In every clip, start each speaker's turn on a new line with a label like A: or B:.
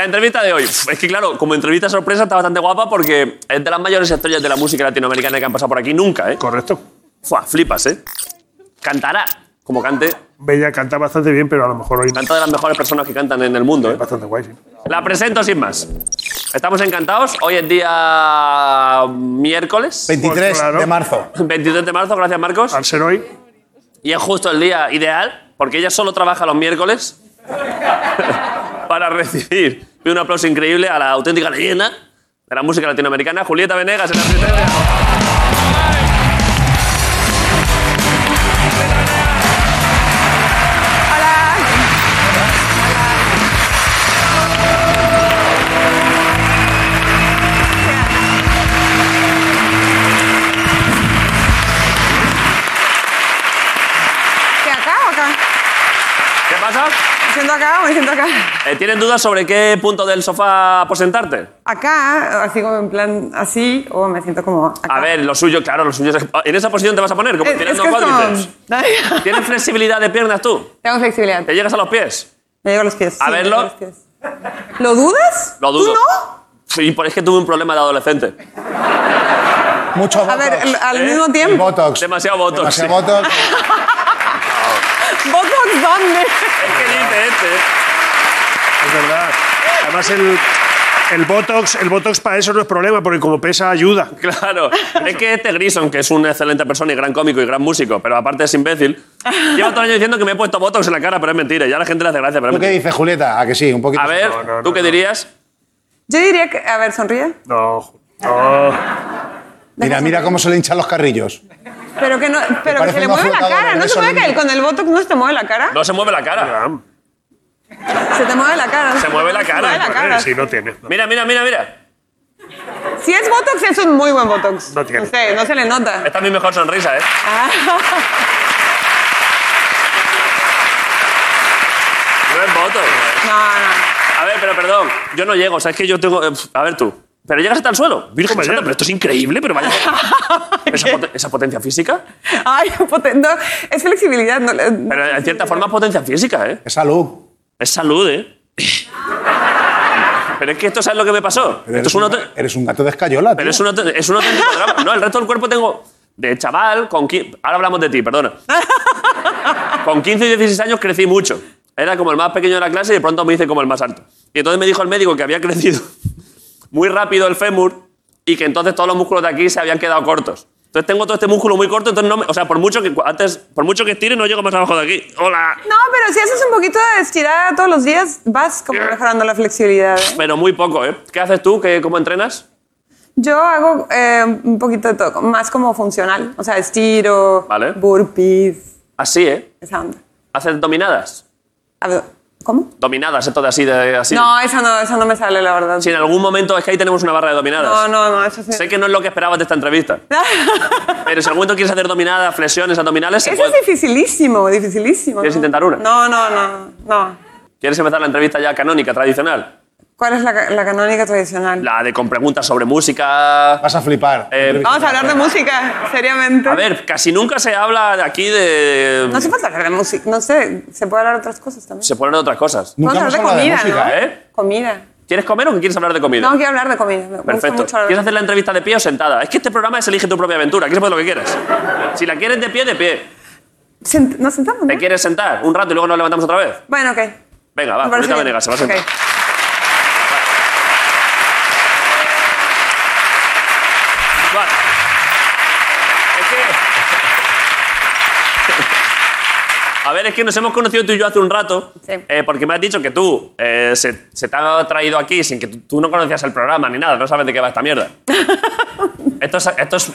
A: Eh, entrevista de hoy. Uf, Es que, claro, como entrevista sorpresa está bastante guapa porque es de las mayores estrellas de la música latinoamericana que han pasado por aquí nunca, ¿eh?
B: Correcto.
A: Fua, flipas, ¿eh? Cantará, como cante.
B: Bella canta bastante bien, pero a lo mejor hoy no
A: Canta de las mejores personas que cantan en el mundo, ¿eh?
B: es bastante guay. sí.
A: La presento sin más. Estamos encantados. Hoy es día miércoles,
C: 23
B: Claro.
C: de marzo.
A: 23 de marzo. Gracias, Marcos.
B: Al ser hoy,
A: Y es justo el día ideal, porque ella solo trabaja los miércoles para recibir un aplauso increíble a la auténtica leyenda de la música latinoamericana, Julieta Venegas. En la presencia.
D: ¿Qué acá o acá?
A: ¿Qué pasa?
D: ¿Me siento acá o me siento acá?
A: Eh, ¿Tienen dudas sobre qué punto del sofá aposentarte?
D: Acá, así como en plan así, o me siento como acá.
A: A ver, lo suyo, claro, lo suyo es... En esa posición te vas a poner, como
D: es, es
A: tirando
D: que es
A: cuádriceps.
D: como...
A: ¿Tienes flexibilidad de piernas tú?
D: Tengo flexibilidad.
A: ¿Te llegas a los pies?
D: Me llego a los pies.
A: A
D: sí, me
A: verlo.
D: llego los pies. ¿Lo dudas?
A: Lo dudo.
D: ¿Tú no?
A: Sí, por- es que tuve un problema de adolescente.
C: Mucho
D: A ver, al-
C: Botox.
D: al
A: ¿Eh?
D: mismo tiempo.
C: Botox.
A: Demasiado botox.
C: Demasiado
A: sí.
C: Botox.
D: ¿Botox dónde?
A: Es que dice este.
B: es verdad. Además, el, el Botox, el Botox para eso no es problema, porque como pesa ayuda.
A: Claro. Es que este Grison, que es una excelente persona y gran cómico y gran músico, pero aparte es imbécil, lleva todo el año diciendo que me he puesto botox en la cara, pero es mentira. Ya la gente le hace gracia, pero es
C: ¿Tú qué
A: mentira.
C: dices, Julieta? ¿A que sí? Un poquito.
A: A ver,
B: No, no,
A: ¿tú
B: no,
A: qué
B: no.
A: dirías?
D: Yo diría que... A ver, sonríe.
B: No, ju- no.
C: Mira, mira cómo se le hinchan los carrillos.
D: Pero que no... Pero que
C: parece
D: se le
C: una
D: mueve la
C: flotadora,
D: cara. ¿No
C: eres
D: se puede que el-
C: olímpico.
D: con el Botox no se te mueve la cara?
A: No se mueve la cara.
B: Pam.
D: Se te mueve la cara.
A: Se mueve la
D: Se
A: cara.
D: mueve la cara.
B: Sí, eh, no tiene. No.
A: Mira, mira, mira, mira.
D: Si es Botox, es un muy buen Botox.
B: No tiene.
D: No sé, no se le nota.
A: Esta es mi mejor sonrisa, ¿eh? No es botox.
D: No, no.
A: A ver, pero perdón. Yo no llego, o sea, es que yo tengo... eh, A ver tú. Pero llegas hasta el suelo. Virgen
B: Hombre,
A: santa,
B: ya.
A: pero esto es increíble, pero vaya... ¿Esa, poten- esa potencia física?
D: Ay, poten- no, es flexibilidad. no, eh,
A: Pero en cierta forma es potencia física, ¿eh?
C: Es salud.
A: Es salud, ¿eh? Pero es que esto, ¿sabes lo que me pasó? Esto
C: Pero eres,
A: es una...
C: un, eres un gato de escayola,
A: Pero
C: tío.
A: es un, aut- es un auténtico drama. No, el resto del cuerpo tengo. De chaval, con. qui- Ahora hablamos de ti, perdona. Con 15 y 16 años crecí mucho. Era como el más pequeño de la clase y de pronto me hice como el más alto. Y entonces me dijo el médico que había crecido muy rápido el fémur y que entonces todos los músculos de aquí se habían quedado cortos. Entonces tengo todo este músculo muy corto, entonces no me- O sea, por mucho que cu- antes, por mucho que estire, no llego más abajo de aquí. ¡Hola!
D: No, pero si haces un poquito de estirada todos los días, vas como mejorando la flexibilidad. ¿eh?
A: Pero muy poco, ¿eh? ¿Qué haces tú? ¿Qué, ¿Cómo entrenas?
D: Yo hago eh, un poquito de todo, más como funcional. O sea, estiro,
A: Vale.
D: burpees,
A: Así, ¿eh?
D: esa onda.
A: ¿Haces dominadas?
D: Abdo- ¿Cómo?
A: Dominadas, esto de así, de así.
D: No, esa no, esa no me sale, la verdad.
A: Si en algún momento es que ahí tenemos una barra de dominadas.
D: No, no, no, eso sí.
A: Sé que no es lo que esperabas de esta entrevista. Pero si en algún momento quieres hacer dominadas, flexiones, abdominales, se
D: Eso
A: puede.
D: es dificilísimo, dificilísimo.
A: ¿Quieres
D: ¿no?
A: intentar una?
D: No, no, no, no.
A: ¿Quieres empezar la entrevista ya canónica, tradicional?
D: ¿Cuál es la, ca- la canónica tradicional?
A: La de con preguntas sobre música.
C: Vas a flipar.
A: Eh,
D: Vamos a hablar de música, seriamente.
A: A ver, casi nunca se habla de aquí de.
D: No se puede hablar de música, no sé, se puede hablar de otras cosas también.
A: Se ponen otras cosas.
C: Nunca
D: Vamos a
C: hemos
D: hablar de
C: hablado de
D: comida,
C: música,
D: ¿no?
A: ¿eh?
D: Comida.
A: ¿Quieres comer o que quieres hablar de comida?
D: No, quiero hablar de comida. Me
A: Perfecto.
D: gusta mucho hablar
A: ¿Quieres
D: de-
A: hacer la entrevista de pie o sentada? Es que este programa es elige tu propia aventura. Aquí se puede lo que quieras. Si la quieres de pie, de pie.
D: Sent- Nos sentamos,
A: ¿Te
D: ¿no?
A: quieres sentar un rato y luego nos levantamos otra vez?
D: Bueno, ok. Me
A: Venga, va,
D: parece
A: Julieta
D: bien.
A: Venegas, se va a sentar.
D: Ok.
A: Vale. Es que... A ver, es que nos hemos conocido tú y yo hace un rato,
D: Sí.
A: eh, porque me has dicho que tú eh, se, se te ha traído aquí sin que tú, tú no conocías el programa ni nada, no sabes de qué va esta mierda. esto, es, esto es-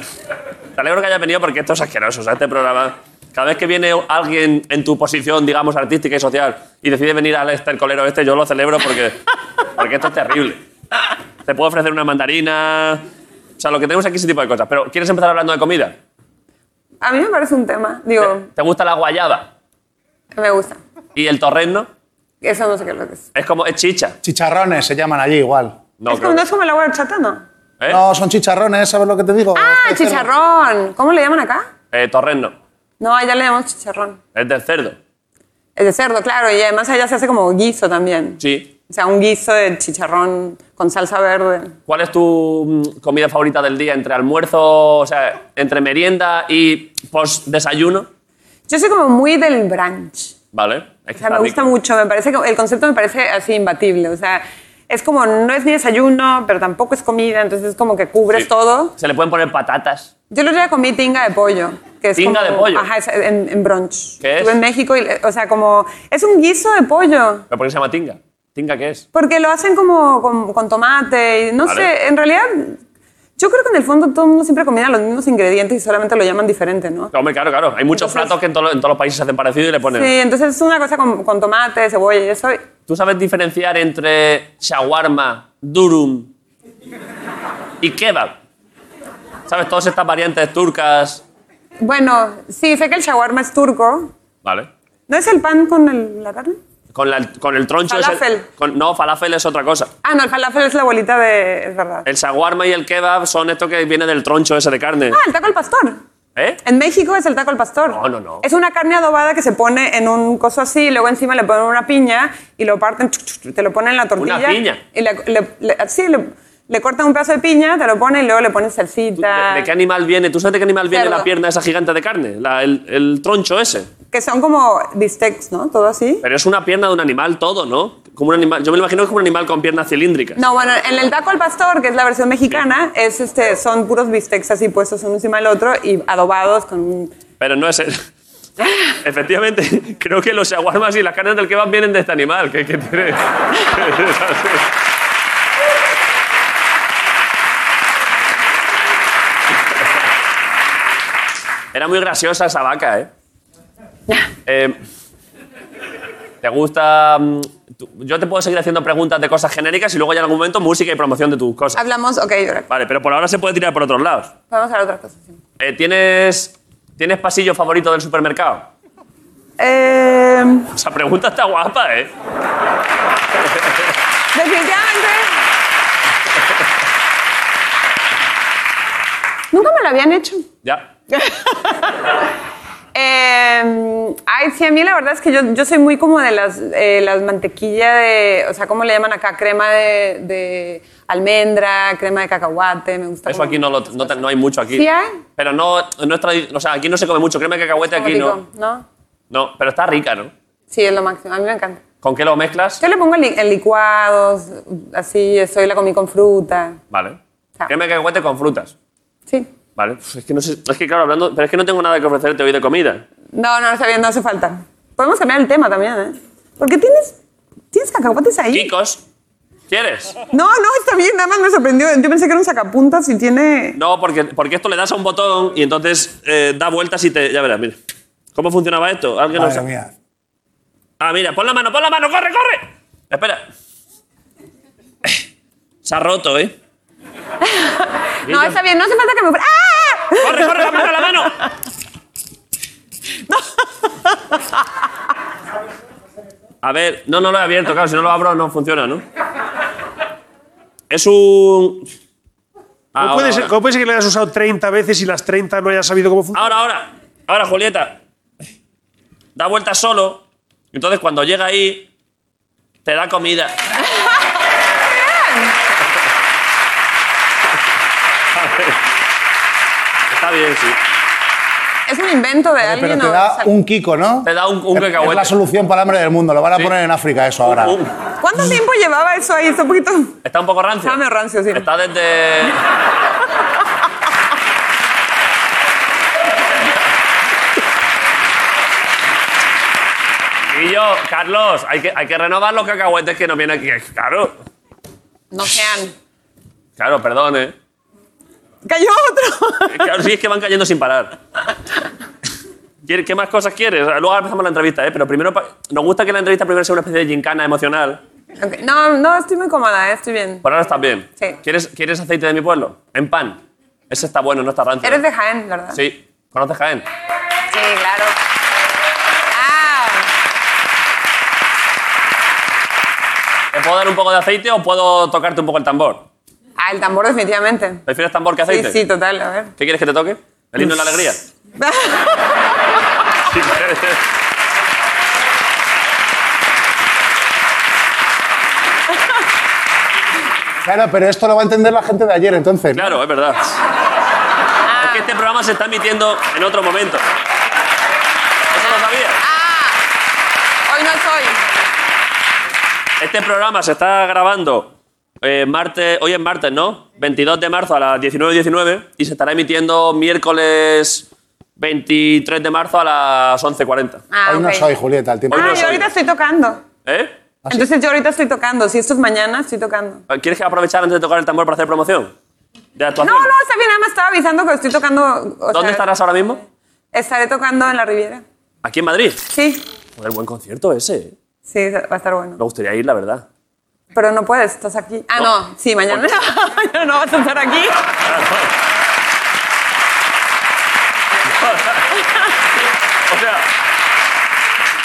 A: Te alegro que hayas venido porque esto es asqueroso, o sea, este programa... Cada vez que viene alguien en tu posición, digamos, artística y social, y decide venir al este, el colero este, yo lo celebro porque, porque esto es terrible. Te puedo ofrecer una mandarina... O sea, lo que tenemos aquí es ese tipo de cosas. Pero, ¿quieres empezar hablando de comida?
D: A mí me parece un tema. Digo,
A: ¿Te gusta la guayaba?
D: me gusta.
A: ¿Y el torreno?
D: Eso no sé qué es lo que es.
A: Es como, es chicha.
C: Chicharrones se llaman allí igual.
A: No,
D: es como,
A: creo.
D: ¿No es como el agua de horchata, no?
A: ¿Eh?
C: No, son chicharrones, ¿sabes lo que te digo?
D: Ah,
C: Es que-
D: chicharrón. ¿Cómo le llaman acá?
A: Eh, torreno.
D: No, allá le llamamos chicharrón.
A: Es del cerdo.
D: Es de cerdo, claro. Y además allá se hace como guiso también.
A: Sí.
D: O sea, un guiso de chicharrón con salsa verde.
A: ¿Cuál es tu mm, comida favorita del día entre almuerzo, o sea, entre merienda y post desayuno?
D: Yo soy como muy del brunch.
A: Vale. Es que
D: O sea,
A: está
D: me gusta
A: rico.
D: mucho, me parece que el concepto me parece así imbatible, o sea, es como no es ni desayuno, pero tampoco es comida, entonces es como que cubres
A: Sí.
D: todo.
A: Se le pueden poner patatas.
D: Yo el otro día comí tinga de pollo, que es
A: ¿Tinga
D: como-
A: de pollo?
D: ajá, es en, en brunch.
A: ¿Qué es?
D: Estuve en México y o sea, como es un guiso de pollo.
A: ¿Pero por qué se llama tinga? ¿Tinga qué es?
D: Porque lo hacen como con, con tomate y no
A: Vale.
D: sé, en realidad yo creo que en el fondo todo el mundo siempre combina los mismos ingredientes y solamente lo llaman diferente, ¿no?
A: Hombre, claro, claro. Hay muchos
D: Entonces-
A: platos que en, todo- en todos los países se hacen parecido y le ponen...
D: Sí, entonces es una cosa con, con tomate, cebolla y eso.
A: ¿Tú sabes diferenciar entre shawarma, durum y kebab? ¿Sabes? Todas estas variantes turcas...
D: Bueno, sí, sé que el shawarma es turco,
A: Vale.
D: ¿No es el pan con el- la carne?
A: Con, la- con el troncho... ese-
D: Falafel.
A: con- no, falafel es otra cosa.
D: Ah, no, el falafel es la bolita de... es verdad.
A: El shawarma y el kebab son esto que viene del troncho ese de carne.
D: Ah, el taco al pastor.
A: ¿Eh?
D: En México es el taco al pastor.
A: No, no, no.
D: Es una carne adobada que se pone en un coso así, y luego encima le ponen una piña y lo parten, chuc, chuc, te lo ponen en la tortilla.
A: piña?
D: Y le, le- le- sí, le, le cortan un pedazo de piña, te lo ponen y luego le ponen
A: ¿De,
D: salsita.
A: de qué animal viene? ¿Tú sabes de qué animal viene
D: Cerdo.
A: la pierna esa gigante de carne? La- el, el troncho ese.
D: Que son como bistecs, ¿no? Todo así.
A: Pero es una pierna de un animal todo, ¿no? Como un animal, yo me lo imagino que es como un animal con piernas cilíndricas.
D: No, bueno, en el taco al pastor, que es la versión mexicana, es este, son puros bistecs así puestos uno encima del otro y adobados con un
A: Pero no es... Efectivamente, creo que los shawarmas y las carnes del kebab vienen de este animal. que que tiene? Es así. Era muy graciosa esa vaca, ¿eh? Eh, ¿Te gusta...? mm, tú- yo te puedo seguir haciendo preguntas de cosas genéricas y luego ya en algún momento música y promoción de tus cosas.
D: Hablamos, ok, ahora
A: Vale, pero por ahora se puede tirar por otros lados.
D: podemos hablar otra cosa. sí.
A: Eh, ¿tienes, ¿Tienes pasillo favorito del supermercado?
D: Eh,
A: Esa pregunta está guapa, ¿eh?
D: definitivamente. Nunca me lo habían hecho.
A: Ya.
D: Eh, ay, sí, a mí la verdad es que yo, yo soy muy como de las, eh, las mantequilla de, o sea, ¿cómo le llaman acá? Crema de, de almendra, crema de cacahuate, me gusta.
A: Eso aquí no, lo, no, te- no hay mucho aquí.
D: ¿Sí hay?
A: Pero no, no es tradi- o sea, aquí no se come mucho crema de cacahuete, aquí no.
D: ¿no?
A: No, pero está rica, ¿no?
D: Sí, es lo máximo, a mí me encanta.
A: ¿Con qué lo mezclas?
D: Yo le pongo en li- en licuados, así, estoy la comí con fruta,
A: Vale.
D: Ah.
A: Crema de cacahuete con frutas.
D: sí.
A: Vale. Uf, Es que no sé, es que claro, hablando, pero es que no tengo nada que ofrecerte hoy de comida.
D: No, no, está bien, no hace falta. Podemos cambiar el tema también, ¿eh? Porque tienes, tienes cacahuates ahí.
A: Chicos, ¿quieres?
D: No, no, está bien, nada más me sorprendió. Yo pensé que era un sacapuntas y tiene...
A: No, porque, porque esto le das a un botón y entonces eh, da vueltas y te. Ya verás, mira. ¿Cómo funcionaba esto? ¿Alguien lo
C: Madre
A: sabe?
C: mía.
A: Ah, mira, pon la mano, pon la mano, corre, corre. Espera. Se ha roto, ¿eh?
D: No, está bien, no hace falta que me... ¡Ah!
A: Corre, corre, la mano, la mano. A ver, no, no lo he abierto, claro, si no lo abro no funciona, ¿no? Es un... Ah,
E: Pues
B: ¿Cómo puede, ser, cómo puede ser que le hayas usado 30 veces y las 30 no hayas sabido cómo funciona?
A: Ahora, ahora, ahora, Julieta. Da vueltas solo. Entonces, cuando llega ahí, te da comida. A ver. Está bien, sí.
D: Es un invento de
C: Oye,
D: alguien.
C: Pero te
D: ¿no?
C: da
D: O sea,
C: un kiko, ¿no?
A: Te da un- un
C: Es-
A: cacahuete.
C: Es la solución para el hambre del mundo. Lo van a
A: Sí.
C: poner en África eso ahora.
A: Uh,
D: ¿Cuánto tiempo llevaba eso ahí? Está un poquito...
A: está un poco rancio.
D: Está medio rancio, sí.
A: Está desde... Y yo, Carlos, hay que, hay que renovar los cacahuetes que no vienen aquí. Claro,
D: No sean...
A: claro, perdón, ¿eh?
D: ¡Cayó otro!
A: Claro, sí, es que van cayendo sin parar. ¿Qué qué más cosas quieres? Luego empezamos la entrevista, ¿eh? Pero primero, pa- nos gusta que la entrevista primero sea una especie de gincana emocional.
D: Ok, No, no, estoy muy cómoda, eh, estoy bien.
A: Por ahora estás bien.
D: Sí.
A: ¿Quieres, ¿Quieres aceite de mi pueblo? En pan. Ese está bueno, no está rancio.
D: Eres de Jaén, ¿verdad?
A: Sí. ¿Conoces Jaén?
D: Sí, claro. Ah,
A: ¿Te puedo dar un poco de aceite o puedo tocarte un poco el tambor?
D: ah, el tambor definitivamente.
A: ¿Prefieres tambor que
D: Sí,
A: aceite?
D: sí, total, a ver.
A: ¿Qué quieres que te toque? ¿El himno de la alegría?
C: Claro, pero esto lo va a entender la gente de ayer, entonces. ¿no?
A: Claro, es verdad. Es que este programa se está emitiendo en otro momento. Eso lo sabía.
D: Ah, hoy no soy.
A: Este programa se está grabando eh, martes, hoy es martes, ¿no? 22 de marzo a las 19.19 y se estará emitiendo miércoles 23 de marzo a las 11.40.
D: Ah,
C: Hoy no
D: ok.
C: soy Julieta, el tiempo.
A: Hoy
D: Ah,
A: no
D: yo
A: soy.
D: ahorita estoy tocando.
A: ¿Eh?
D: Entonces yo ahorita estoy tocando. Si esto es mañana, estoy tocando.
A: ¿Quieres que aprovechar antes de tocar el tambor para hacer promoción? De
D: No,
A: actuación.
D: no, está bien. Nada más estaba avisando que estoy tocando. o
A: ¿Dónde
D: sea, eh.
A: estarás ahora mismo?
D: Estaré tocando en la Riviera.
A: Aquí en Madrid.
D: Sí,
A: Joder, buen concierto ese.
D: sí, va a estar bueno.
A: Me gustaría ir, la verdad.
D: Pero no puedes, estás aquí. Ah,
A: No.
D: no, sí, mañana. Mañana no vas a estar aquí.
A: O sea,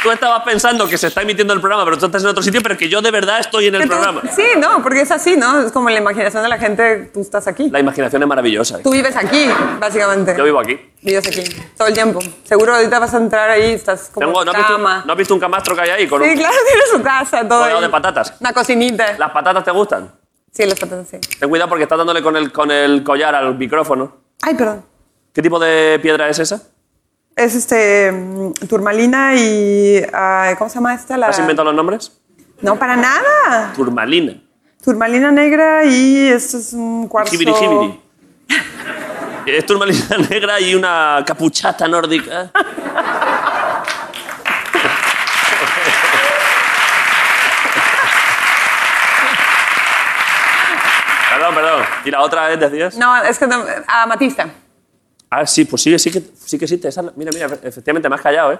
A: tú estabas pensando que se está emitiendo el programa, pero tú estás en otro sitio, pero que yo de verdad estoy en el
D: Que tú-
A: programa.
D: Sí, no, porque es así, ¿no? Es como la imaginación de la gente, tú estás aquí.
A: La imaginación es maravillosa. ¿eh?
D: Tú vives aquí, básicamente.
A: Yo vivo aquí.
D: Vives aquí, todo el tiempo. Seguro ahorita vas a entrar ahí, estás como
A: Tengo-
D: en
A: ¿no, has visto,
D: cama.
A: ¿No has visto un camastro que hay ahí con
D: Sí,
A: un
D: claro, tiene su casa, todo.
A: colgado
D: ahí.
A: de patatas?
D: Una cocinita.
A: ¿Las patatas te gustan?
D: Sí, las patatas, sí.
A: Ten cuidado porque estás dándole con el, con el collar al micrófono.
D: Ay, perdón.
A: ¿Qué tipo de piedra es esa?
D: Es este. mm, Turmalina y. ay, ¿Cómo se llama esta? La...
A: ¿Has inventado los nombres?
D: No, para nada.
A: Turmalina.
D: Turmalina negra y esto es un cuarzo.
A: Jibiri, jibiri. Es turmalina negra y una capuchata nórdica. perdón, perdón. ¿Y la otra vez decías?
D: No, es que. no- Amatista.
A: Ah, sí, pues sí, sí que, sí que existe. Esa es la- mira, mira, efectivamente me has callado, ¿eh?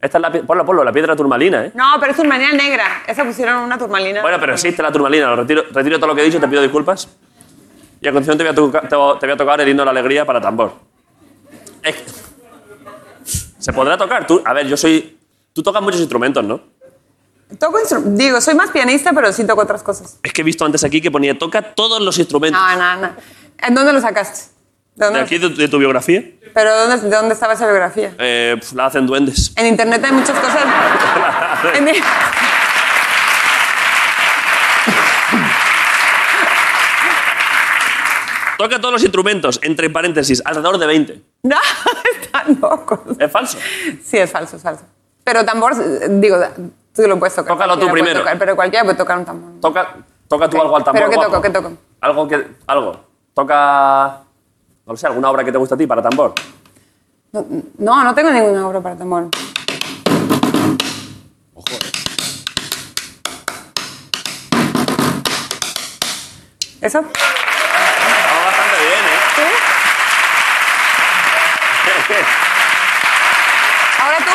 A: Esta es la, pi- ponlo, ponlo, la piedra turmalina, ¿eh?
D: No, pero es turmalina negra. Esa pusieron una turmalina.
A: Bueno, pero existe la turmalina. Lo retiro, retiro todo lo que he dicho, te pido disculpas. Y a continuación te voy a, toca- te vo- te voy a tocar el himno de la alegría para tambor. Es que- ¿Se podrá tocar? Tú, a ver, yo soy... Tú tocas muchos instrumentos, ¿no?
D: Toco instru- Digo, soy más pianista, pero sí toco otras cosas.
A: Es que he visto antes aquí que ponía toca todos los instrumentos.
D: No, no, no. ¿En dónde lo sacaste? ¿De dónde
A: ¿De
D: lo
A: aquí, de, de tu biografía?
D: ¿Pero dónde, de dónde estaba esa biografía?
A: Eh, pf, la hacen duendes.
D: En internet hay muchas cosas. En-
A: Toca todos los instrumentos, entre paréntesis, alrededor de 20.
D: No, están locos.
A: Es falso.
D: Sí, es falso, es falso. Pero tambor, eh, digo, tú lo puedes tocar.
A: Tócalo tú
D: cualquiera puede
A: primero.
D: tocar, pero cualquiera puede tocar un tambor.
A: Toca, toca tú algo al tambor.
D: ¿Pero qué
A: guapo.
D: toco, qué toco?
A: Algo que... Algo. Toca... No lo sé, alguna obra que te gusta a ti para tambor.
D: No, no, no tengo ninguna obra para tambor.
A: eh.
D: ¿Eso?
A: Vamos bastante bien, ¿eh?
D: ¿Ahora tú?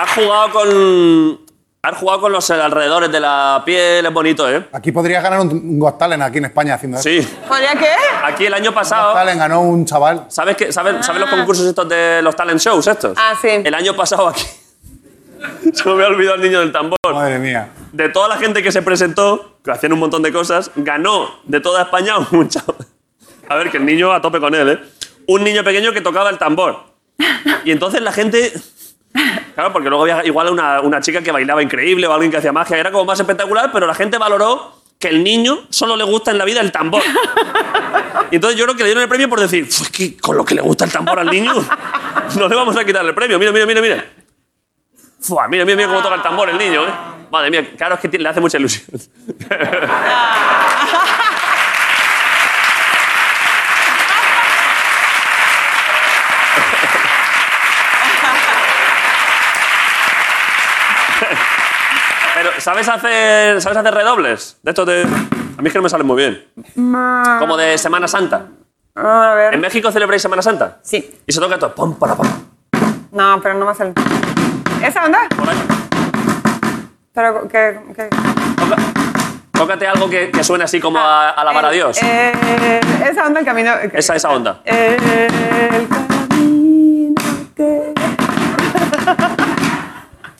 A: Has jugado con. Has jugado con los alrededores de la piel, es bonito, ¿eh?
C: Aquí podrías ganar un, un Got Talent aquí en España haciendo esto.
A: Sí.
D: ¿Podría qué?
A: Aquí el año
C: Got
A: pasado.
C: Talent ganó un chaval.
A: ¿Sabes, qué, sabes, ¿Sabes los concursos estos de los talent shows estos?
D: Ah, sí.
A: El año pasado aquí. Se me había olvidado el niño del tambor.
C: Madre mía.
A: De toda la gente que se presentó, que hacían un montón de cosas, ganó de toda España un chaval. A ver, que el niño a tope con él, ¿eh? Un niño pequeño que tocaba el tambor. Y entonces la gente. Claro, porque luego había igual una, una chica que bailaba increíble o alguien que hacía magia. Era como más espectacular, pero la gente valoró que el niño solo le gusta en la vida el tambor. Y entonces yo creo que le dieron el premio por decir, "Fu, es que con lo que le gusta el tambor al niño, no le vamos a quitar el premio. Mira, mira, mira, mira. Fua, mira, mira, mira cómo toca el tambor el niño, ¿eh? Madre mía, claro, es que ti- le hace mucha ilusión. Pero, ¿sabes hacer, ¿sabes hacer redobles? De estos de... A mí es que no me salen muy bien. Como de Semana Santa.
D: Ah, a
A: ¿En
D: ver.
A: México celebráis Semana Santa?
D: Sí.
A: Y se toca todo. Pam, para, pam.
D: No, pero no me sale. ¿Esa onda?
A: Por ahí.
D: Pero que... que-
A: Toca- tócate algo que, que suene así como a, a alabar a
D: Eh,
A: Dios.
D: eh, esa onda el camino... que-
A: esa, esa onda.
D: El camino que...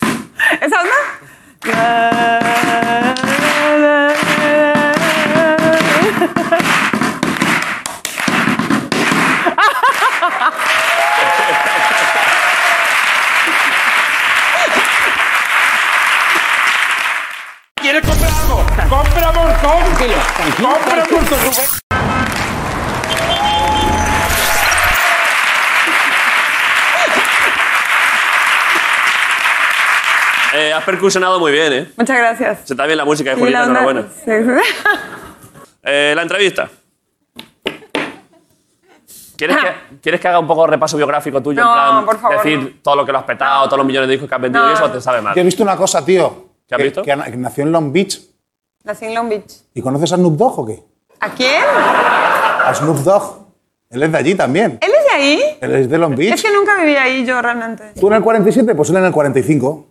D: ¿Esa onda?
F: ¿Quieres comprar algo? ¡Compra montón!
A: Eh, has percusionado muy bien, ¿eh?
D: Muchas gracias.
A: Se está bien la música de
D: Y
A: Julieta,
D: la onda-
A: enhorabuena.
D: sí, sí.
A: Eh, la entrevista. ¿Quieres que, ¿Quieres que haga un poco de repaso biográfico tuyo?
D: No,
A: en plan,
D: por favor,
A: Decir todo lo que lo has petado, todos los millones de discos que has vendido
D: No,
A: y eso
D: no.
A: te sabe mal.
C: Yo he visto una cosa, tío.
A: ¿Qué has
C: que-
A: visto?
C: Que, na- que nació en Long Beach.
D: Nací en Long Beach.
C: ¿Y conoces a Snoop Dogg o qué?
D: ¿A quién?
C: A Snoop Dogg. Él es de allí también.
D: ¿Él es de ahí?
C: Él es de Long
D: Es
C: Beach.
D: que nunca viví ahí yo realmente.
C: Tú en el 47, pues él en el 45.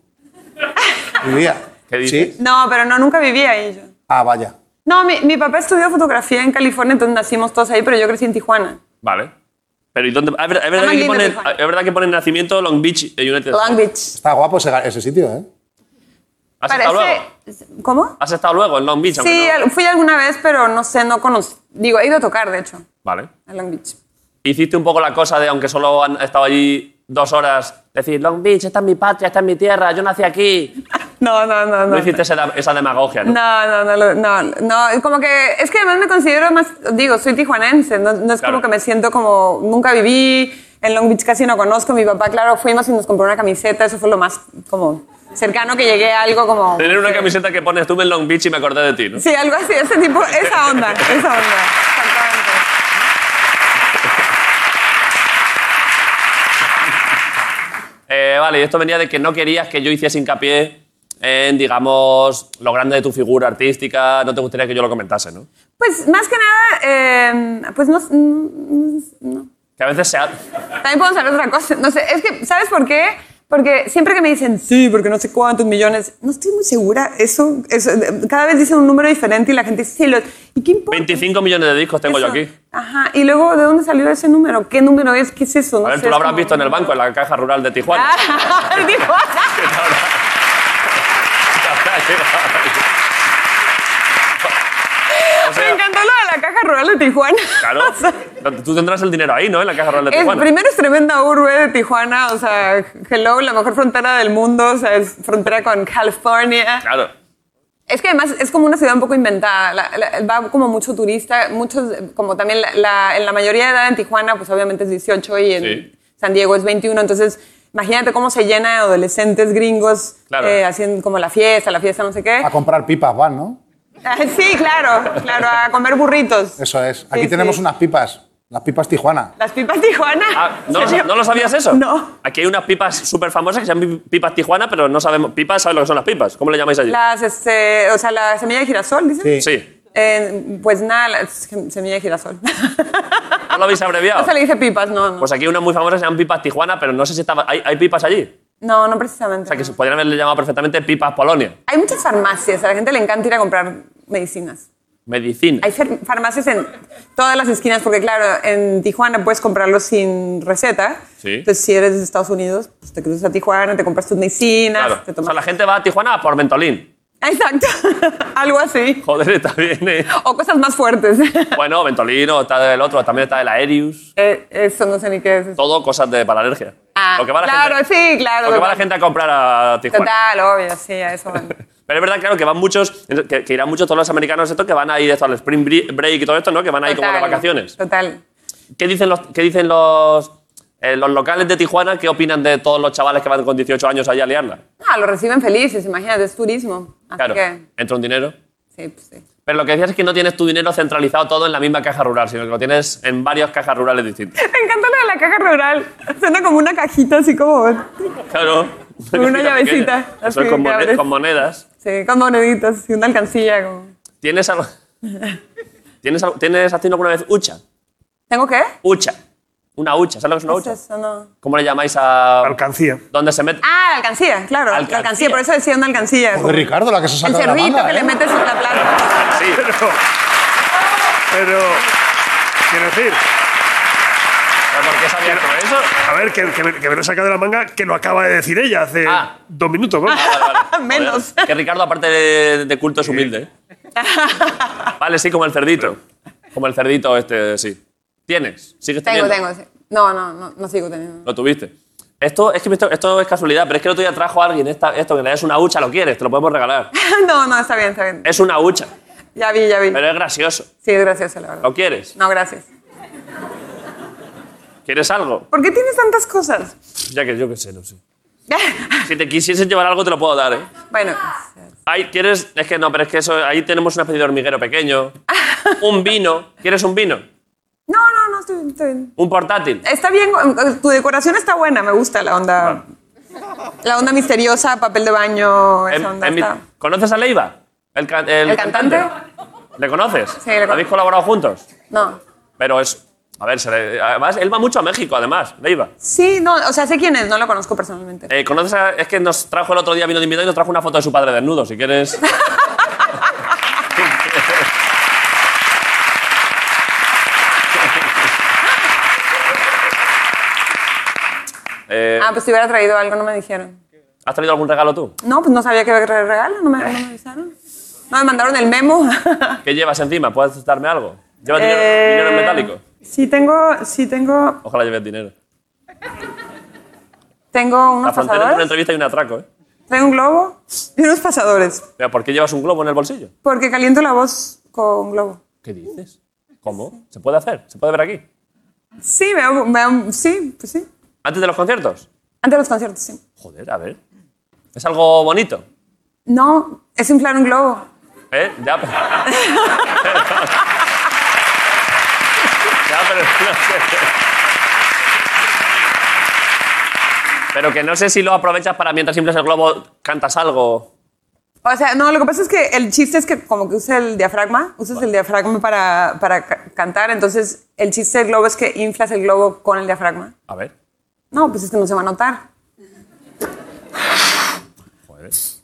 C: Vivía.
A: ¿Qué dices?
C: Sí.
D: No, pero no, nunca viví ahí yo.
C: Ah, vaya.
D: No, mi, mi papá estudió fotografía en California, entonces nacimos todos ahí, pero yo crecí en Tijuana.
A: Vale. Pero ¿y dónde? ah, Es verdad, es verdad
D: más
A: que,
D: lindo
A: ponen,
D: que Juan.
A: es verdad que ponen nacimiento Long Beach eh, United.
D: Long Beach.
C: Está guapo ese, ga- ese sitio, ¿eh?
A: ¿Has estado luego?
D: ¿Cómo?
A: ¿Has estado luego en Long Beach? aunque
D: Sí,
A: no-
D: al- fui alguna vez, pero no sé, no conocí. Digo, he ido a tocar, de hecho,
A: Vale.
D: a Long Beach.
A: Hiciste un poco la cosa de, aunque solo han estado allí dos horas, decir, Long Beach, esta es mi patria, esta es mi tierra, yo nací aquí.
D: No, no, no,
A: No
D: no.
A: hiciste esa, esa demagogia, ¿no?
D: No, no, no, lo- no, no, es como que, es que además me considero más, digo, soy tijuanense, no, no es
A: Claro.
D: como que me siento como, nunca viví, en Long Beach casi no conozco, mi papá, claro, fuimos y nos compró una camiseta, eso fue lo más como cercano que llegué a algo como...
A: Tener una camiseta que pones tú en Long Beach y me acordé de ti, ¿no?
D: Sí, algo así, ese tipo, esa onda, esa onda, exactamente.
A: Eh, vale, y esto venía de que no querías que yo hiciese hincapié en, digamos, lo grande de tu figura artística, no te gustaría que yo lo comentase, ¿no?
D: Pues más que nada, eh, pues no, mm, no.
A: Que a veces se ha...
D: También podemos hacer otra cosa. No sé, es que, ¿sabes por qué? Porque siempre que me dicen, sí, porque no sé cuántos millones, no estoy muy segura. Eso, eso cada vez dicen un número diferente y la gente dice, sí, los, ¿y qué importa?
A: 25 millones de discos tengo yo
D: Eso.
A: aquí.
D: Ajá, y luego, ¿de dónde salió ese número? ¿Qué número es? ¿Qué es eso? No
A: A ver,
D: sé,
A: tú
D: es
A: lo habrás
D: como-
A: visto en el banco, en la caja rural de Tijuana.
D: Ah, digo,
A: O sea,
D: me encantó lo de la caja rural de Tijuana. O sea,
A: Claro. Tú tendrás el dinero ahí, ¿no? En la caja rural de
D: es-
A: Tijuana.
D: primero es tremenda urbe de Tijuana, o sea, hello, la mejor frontera del mundo, o sea, es frontera con California.
A: Claro.
D: Es que además es como una ciudad un poco inventada. La- la- va como mucho turista, muchos, como también la, la- en la mayoría de edad en Tijuana, pues obviamente es 18 y en
A: Sí.
D: San Diego es 21. Entonces, imagínate cómo se llena de adolescentes gringos
A: Claro.
D: eh, haciendo como la fiesta, la fiesta no sé qué.
C: A comprar pipas van, ¿no?
D: Sí, claro, claro, a comer burritos.
C: Eso es. Aquí
D: Sí,
C: tenemos
D: sí.
C: unas pipas. Las pipas Tijuana.
D: Las pipas Tijuana.
A: Ah, ¿no,
D: ¿En serio?
A: ¿No lo sabías eso?
D: No.
A: Aquí hay unas pipas súper famosas que se llaman pipas Tijuana, pero no sabemos. Pipas, ¿sabes lo que son las pipas? ¿Cómo le llamáis allí?
D: Las, este, o sea, la semilla de girasol, dicen.
C: Sí.
A: Sí.
D: Eh, pues nada, la sem- semilla de girasol.
A: ¿No lo habéis abreviado?
D: No se le dice pipas, no, no.
A: Pues aquí hay unas muy famosas que se llaman pipas Tijuana, pero no sé si estaba. ¿Hay, hay pipas allí?
D: no, no precisamente.
A: O sea, que
D: no.
A: se podrían haberle llamado perfectamente pipas Polonia.
D: Hay muchas farmacias, a la gente le encanta ir a comprar medicinas.
A: Medicina.
D: Hay fer- farmacias en todas las esquinas, porque claro, en Tijuana puedes comprarlo sin receta.
A: Sí.
D: Entonces, si eres de Estados Unidos, pues te cruzas a Tijuana, te compras tus medicinas,
A: Claro.
D: te
A: O sea,
D: tomas...
A: la gente va a Tijuana por Ventolín.
D: Exacto, algo así.
A: Joder, está bien, eh.
D: O cosas más fuertes.
A: Bueno, Ventolín o está del otro, también está del Aerius.
D: Eh, eso no sé ni qué es. eso.
A: Todo cosas de para alergia.
D: Ah,
A: Lo que va la
D: claro,
A: gente-
D: sí, claro.
A: Lo que va la
D: total.
A: gente a comprar a Tijuana.
D: Total, obvio, sí, a eso van.
A: Pero es verdad, claro, que van muchos, que, que irán muchos todos los americanos estos que van ahí de esto al Spring Bre- Break y todo esto, ¿no? Que van ahí como de
D: Total,
A: vacaciones.
D: Total.
A: ¿Qué dicen los, qué dicen los, eh, los locales de Tijuana? ¿Qué opinan de todos los chavales que van con 18 años allá a liarla?
D: Ah, lo reciben felices, imagínate, es turismo. Así
A: Claro,
D: que,
A: entra un dinero.
D: sí, pues sí.
A: Pero lo que decías es que no tienes tu dinero centralizado todo en la misma caja rural, sino que lo tienes en varias cajas rurales distintas.
D: Me encanta lo de la caja rural. Suena como una cajita así como.
A: Claro.
D: Una
A: cajita
D: llavecita,
A: pequeña. Eso
D: así
A: es con,
D: que
A: mone-
D: abres.
A: con monedas.
D: Sí, con moneditas y una alcancilla. Como.
A: ¿Tienes algo? ¿Tienes, al- ¿Tienes haciendo alguna vez hucha?
D: ¿Tengo qué?
A: Hucha. Una hucha. ¿Sabes lo que es una
D: ¿Qué es
A: hucha?
D: eso? No.
A: ¿Cómo le llamáis a...?
B: Alcancía.
A: ¿Dónde se mete?
D: Ah, la alcancía, claro.
A: Alcancía.
D: La alcancía, por eso decía una alcancía. como
C: Joder, Ricardo, la que se
D: el
C: saca de la
D: cerrito
C: manga,
D: que
C: ¿eh?
D: le metes en la plata.
A: Ah, Sí.
B: Pero, pero, quiero decir,
A: ¿Pero ¿Por qué sabías todo ¿eh? eso?
B: a ver, que, que me, que me lo he sacado de la manga, que lo acaba de decir ella hace
A: Ah.
B: dos minutos. vamos.
A: Vale, vale.
D: Menos.
A: Joder, Que Ricardo, aparte de, de culto, es humilde. ¿eh? Vale, sí, como el cerdito. Como el cerdito este, sí. ¿Tienes? ¿Sigues
D: Tengo,
A: teniendo?
D: tengo. sí. No, no, no, no sigo teniendo.
A: Lo tuviste. Esto es, que esto, esto es casualidad, pero es que el otro día trajo a alguien esta- esto que le es una hucha, lo quieres, te lo podemos regalar.
D: No, no, está bien, está bien.
A: Es una hucha.
D: Ya vi, ya vi.
A: Pero es gracioso.
D: Sí, es gracioso, la verdad.
A: ¿Lo quieres?
D: No, gracias.
A: ¿Quieres algo?
D: ¿Por qué tienes tantas cosas?
A: Ya que yo qué sé, no sé. Si te quisieses llevar algo, te lo puedo dar, ¿eh?
D: bueno,
A: Ay, ¿quieres? Es que no, pero es que eso, ahí tenemos una especie de hormiguero pequeño. Un vino. ¿Quieres un vino?
D: no, no, no, estoy, estoy bien.
A: Un portátil.
D: Está bien, eh, tu decoración está buena, me gusta la onda. La onda misteriosa, papel de baño, esa
A: En-
D: onda
A: en mi-
D: está.
A: ¿Conoces a Leiva? ¿El, ca- el
D: ¿El cantante?
A: ¿Le conoces?
D: Sí, le conozco.
A: ¿Habéis colaborado juntos?
D: No.
A: Pero es... A ver, se le- además, él va mucho a México, además, Leiva.
D: Sí, no, o sea, sé quién es, no lo conozco personalmente.
A: Eh, ¿Conoces a- Es que nos trajo el otro día, vino de invitado y nos trajo una foto de su padre desnudo, si quieres... Eh,
D: Ah, pues si hubiera traído algo, no me dijeron.
A: ¿Has traído algún regalo tú?
D: No, pues no sabía que había que traer regalo, no me, no me avisaron. No, me mandaron el memo.
A: ¿Qué llevas encima? ¿Puedes darme algo? ¿Llevas dinero,
D: Eh,
A: dinero en metálico?
D: Sí, tengo, sí tengo,
A: Ojalá lleves dinero.
D: tengo
A: La
D: unos
A: frontera entre una
D: pasadores,
A: entrevista y un atraco, ¿eh?
D: tengo un globo y unos pasadores,
A: Mira, ¿por qué llevas un globo en el bolsillo?
D: porque caliento la voz con globo.
A: ¿Qué dices? ¿Cómo? ¿Se puede hacer? ¿Se puede ver aquí?
D: Sí, veo, veo, sí, pues sí.
A: ¿Antes de los conciertos?
D: Antes de los conciertos, sí.
A: Joder, a ver. Es algo bonito.
D: No, es inflar un globo.
A: ¿Eh? Ya, pero... ya, pero no sé. Pero que no sé si lo aprovechas para mientras inflas el globo, cantas algo.
D: O sea, no, lo que pasa es que el chiste es que como que usa el diafragma, usas el diafragma para, para ca- cantar, entonces el chiste del globo es que inflas el globo con el diafragma.
A: A ver.
D: No, pues es que no se va a notar.
A: Joder.
D: ¿Se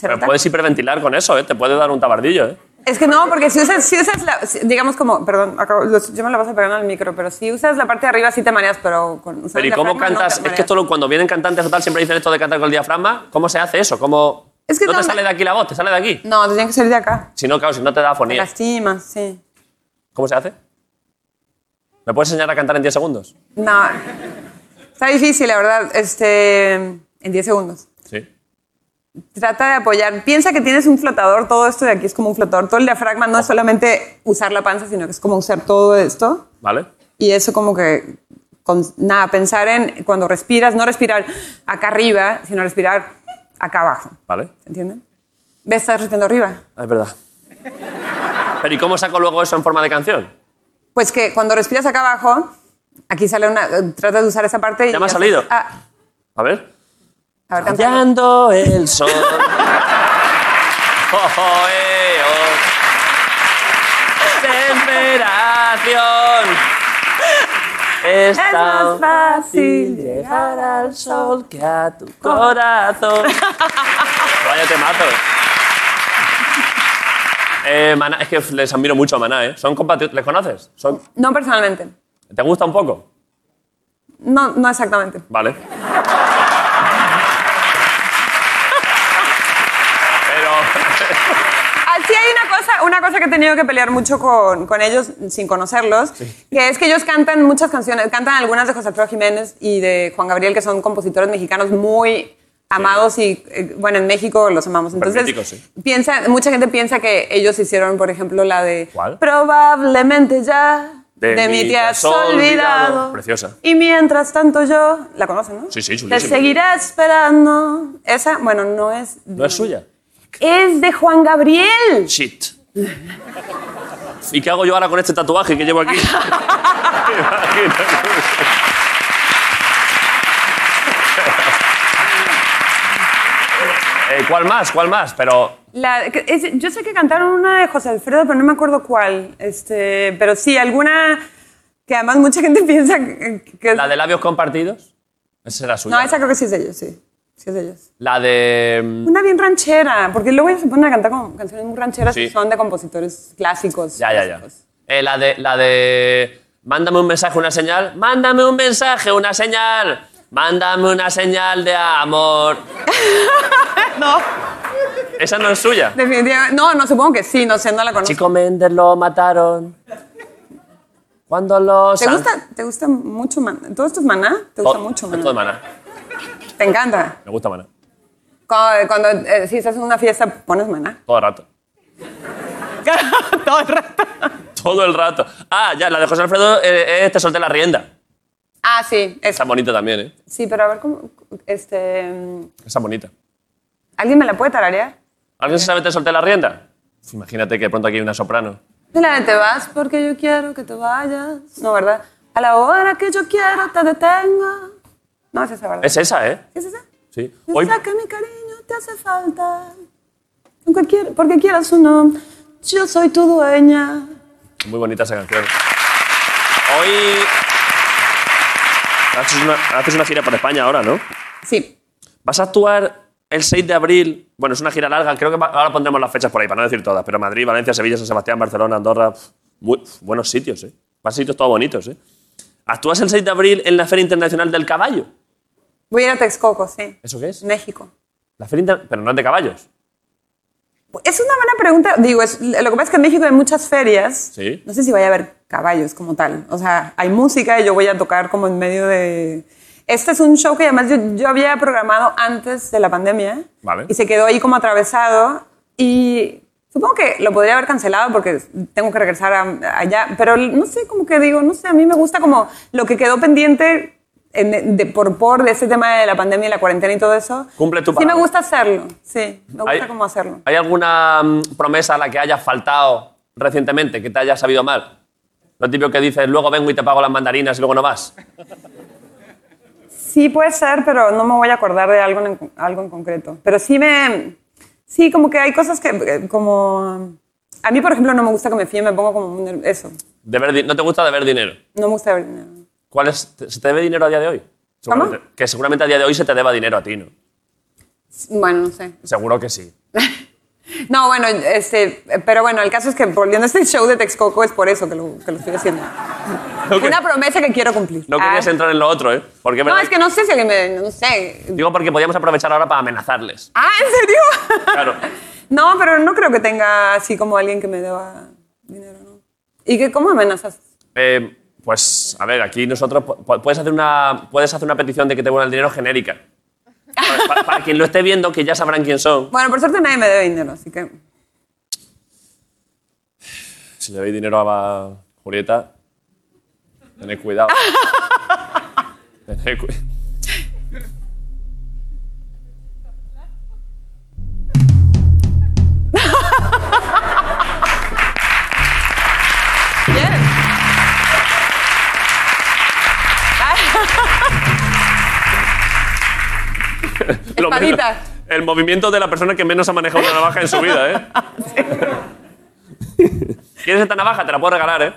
A: Pero
D: nota?
A: puedes hiperventilar con eso, ¿eh? Te puede dar un tabardillo, ¿eh?
D: Es que no, porque si usas, si usas la, si- digamos como, perdón, acabo- lo- yo me la vas a pegar al micro, pero si usas la parte de arriba sí te mareas, pero con usando
A: Pero ¿y
D: el
A: cómo
D: diafragma no te
A: cantas? es que
D: mareas.
A: esto lo- cuando vienen cantantes o tal siempre dicen esto de cantar con el diafragma. ¿Cómo se hace eso? ¿Cómo...
D: Es que
A: no te
D: no-
A: sale de aquí la voz, te sale de aquí.
D: No, tenía que salir de acá.
A: Si no, claro, si no te da
D: Te
A: afonía.
D: lastimas, sí.
A: ¿Cómo se hace? ¿Me puedes enseñar a cantar en 10 segundos?
D: No. Está difícil, la verdad. Este, en 10 segundos.
A: Sí.
D: Trata de apoyar. Piensa que tienes un flotador, todo esto de aquí es como un flotador. Todo el diafragma no es solamente usar la panza, sino que es como usar todo esto.
A: ¿Vale?
D: Y eso como que, con, nada, pensar en cuando respiras, no respirar acá arriba, sino respirar acá abajo.
A: ¿Vale?
D: ¿Se entiende? ¿Ves? Estás respirando arriba.
A: Ah, Es verdad. Pero ¿y cómo saco luego eso en forma de canción?
D: Pues que cuando respiras acá abajo, aquí sale una... eh, Trata de usar esa parte y...
A: Ya me ha
D: haces-
A: salido.
D: Ah,
A: A ver.
D: a ver, cántalo.
A: Callando el sol. Oh, oh, eh, oh. Temperación.
D: Es
A: Está
D: más fácil
A: llegar al sol que a tu corazón. Vaya temazo. Eh, Maná, es que les admiro mucho a Maná, ¿eh? Son compatri- ¿Les conoces? Son-
D: No personalmente.
A: ¿Te gusta un poco?
D: No, no exactamente.
A: Vale. Pero...
D: Así Ah, hay una cosa, una cosa que he tenido que pelear mucho con, con ellos sin conocerlos, que es que ellos cantan muchas canciones, cantan algunas de José Alfredo Jiménez y de Juan Gabriel, que son compositores mexicanos muy amados y eh, bueno, en México los amamos. Entonces,
A: míticos, sí.
D: piensa, mucha gente piensa que ellos hicieron, por ejemplo, la de
A: ¿Cuál?
D: Probablemente ya de, mí te has olvidado.
A: Preciosa.
D: Y mientras tanto yo, la conocen, ¿no?
A: Sí, sí, chulísima.
D: Te seguiré esperando. Esa, bueno, no es
A: No es suya.
D: es de Juan Gabriel.
A: Shit. ¿Y qué hago yo ahora con este tatuaje que llevo aquí? Eh, ¿Cuál más? ¿Cuál más? Pero
D: La- que- es- yo sé que cantaron una de José Alfredo, pero no me acuerdo cuál. Este, pero sí, alguna que además mucha gente piensa que que es...
A: la de labios compartidos. Esa era suya.
D: No, esa creo que sí es de ellos, sí. Sí es de ellos.
A: La de... mm,
D: Una bien ranchera, porque luego ellos se ponen a cantar como canciones muy rancheras
A: Sí.
D: que son de compositores clásicos.
A: Ya, ya, ya.
D: clásicos.
A: Eh, la, de, la de... Mándame un mensaje, una señal. Mándame un mensaje, una señal. Mándame una señal de amor.
D: No,
A: Esa no es suya.
D: definitivamente. No, no, supongo que sí, no sé, no la conozco.
A: Chico Méndez lo mataron. Cuando lo
D: ¿Te gusta, ¿Te gusta mucho Maná? ¿Todo esto es Maná? ¿Te Oh, gusta mucho
A: Todo
D: Maná?
A: de Maná.
D: ¿Te encanta?
A: Me gusta Maná.
D: Cuando, cuando, eh, si estás en una fiesta, pones maná.
A: Todo el rato.
D: Todo el rato.
A: Todo el rato. Ah, ya, la de José Alfredo eh, es Te solté la rienda.
D: Ah, sí,
A: Esa
D: esa.
A: es bonita también, ¿eh?
D: Sí, pero a ver cómo. Este. mm,
A: Esa es bonita.
D: ¿Alguien me la puede tararear?
A: ¿Alguien se sabe Te solté la rienda? Uf, Imagínate que de pronto aquí hay una soprano.
D: Y La de te vas porque yo quiero que te vayas. No, ¿verdad? A la hora que yo quiero te detengo. No, es esa, ¿verdad?
A: Es esa, ¿eh?
D: ¿Es esa?
A: Sí. Hoy,
D: Piensa que mi cariño te hace falta. Con cualquier- porque quieras o no, yo soy tu dueña.
A: muy bonita esa canción. Hoy... Haces una, haces una gira por España ahora, ¿no?
D: Sí.
A: Vas a actuar el 6 de abril. Bueno, es una gira larga. Creo que va- ahora pondremos las fechas por ahí, para no decir todas. Pero Madrid, Valencia, Sevilla, San Sebastián, Barcelona, Andorra. pf, muy- pf, buenos sitios, ¿eh? Van sitios todos bonitos, ¿eh? Actúas el 6 de abril en la Feria Internacional del Caballo.
D: Voy a ir a Texcoco, sí.
A: ¿Eso qué es?
D: México.
A: La Feria Inter- Pero no es de caballos.
D: Es una buena pregunta. Digo, es, lo que pasa es que en México hay muchas ferias.
A: Sí.
D: No sé si vaya a haber caballos como tal. O sea, hay música y yo voy a tocar como en medio de... Este es un show que además yo, yo había programado antes de la pandemia.
A: Vale.
D: Y se quedó ahí como atravesado. Y supongo que lo podría haber cancelado porque tengo que regresar a- allá. Pero no sé, como que digo, no sé, a mí me gusta como lo que quedó pendiente en- de- por, por de ese tema de la pandemia y la cuarentena y todo eso.
A: Cumple tu
D: Sí me
A: palabra.
D: gusta hacerlo, sí. Me gusta como hacerlo.
A: ¿Hay alguna mm, promesa a la que hayas faltado recientemente, que te haya sabido mal? Lo típico que dices, luego vengo y te pago las mandarinas y luego no vas.
D: Sí, puede ser, pero no me voy a acordar de algo en, algo en concreto. Pero sí me... Sí, como que hay cosas que eh, como... A mí, por ejemplo, no me gusta que me fíen, me pongo como... muy nerv- Eso,
A: Deber di- ¿No te gusta deber dinero?
D: no me gusta ver dinero.
A: ¿Cuál es, te- ¿Se te debe dinero a día de hoy? Seguramente- Que seguramente a día de hoy se te deba dinero a ti, ¿no?
D: Bueno, no sé.
A: Seguro que sí.
D: No, bueno, este, pero bueno, el caso es que volviendo a este show de Texcoco es por eso que lo, que lo estoy haciendo.
A: No, que-
D: Una promesa que quiero cumplir.
A: no querías
D: Ah.
A: entrar en lo otro, ¿eh? Porque,
D: No,
A: ¿verdad?
D: es que no sé si alguien me... No sé.
A: Digo porque podíamos aprovechar ahora para amenazarles.
D: Ah, ¿en serio?
A: Claro.
D: No, pero no creo que tenga así como alguien que me deba dinero, ¿no? ¿Y que, cómo amenazas?
A: Eh, pues, a ver, aquí nosotros... pu- pu- Puedes hacer una, puedes hacer una petición de que te vuelvan el dinero genérica. Para, para- para quien lo esté viendo, que ya sabrán quién son.
D: Bueno, por suerte nadie me debe dinero, así que.
A: Si le dais dinero a Julieta, tened cuidado. tened cuidado.
D: Bien.
A: Lo menos-
D: Espadita.
A: el movimiento de la persona que menos ha manejado una navaja en su vida, ¿eh? ¿Quieres esta navaja? Te la puedo regalar, ¿eh?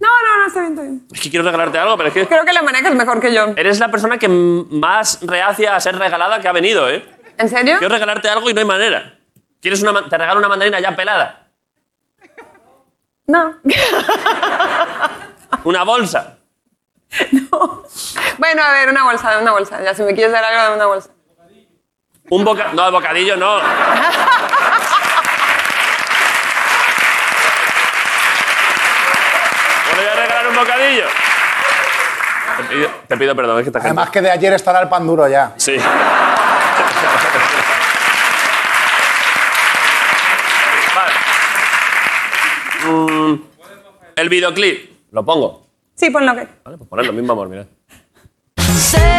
D: No, no, no, está bien, está bien.
A: Es que quiero regalarte algo, pero es que
D: Creo que la manejas mejor que yo.
A: eres la persona que m- más reacia a ser regalada que ha venido, ¿eh?
D: ¿En serio?
A: Quiero regalarte algo y no hay manera. ¿Quieres una ma- te regalo una mandarina ya pelada?
D: No.
A: Una bolsa.
D: Bueno, a ver, una bolsa, una bolsa. Ya, si me quieres dar algo, dame una bolsa.
A: Un boca... No, bocadillo no. Bueno, ya regalar un bocadillo. Te pido, te pido perdón, es que esta gente...
C: Además que de ayer estará el pan duro ya.
A: Sí. vale. Mm, el videoclip. Lo pongo.
D: Sí, pon lo que.
A: Vale, pues ponerlo mismo, amor, mirad.
F: Sé,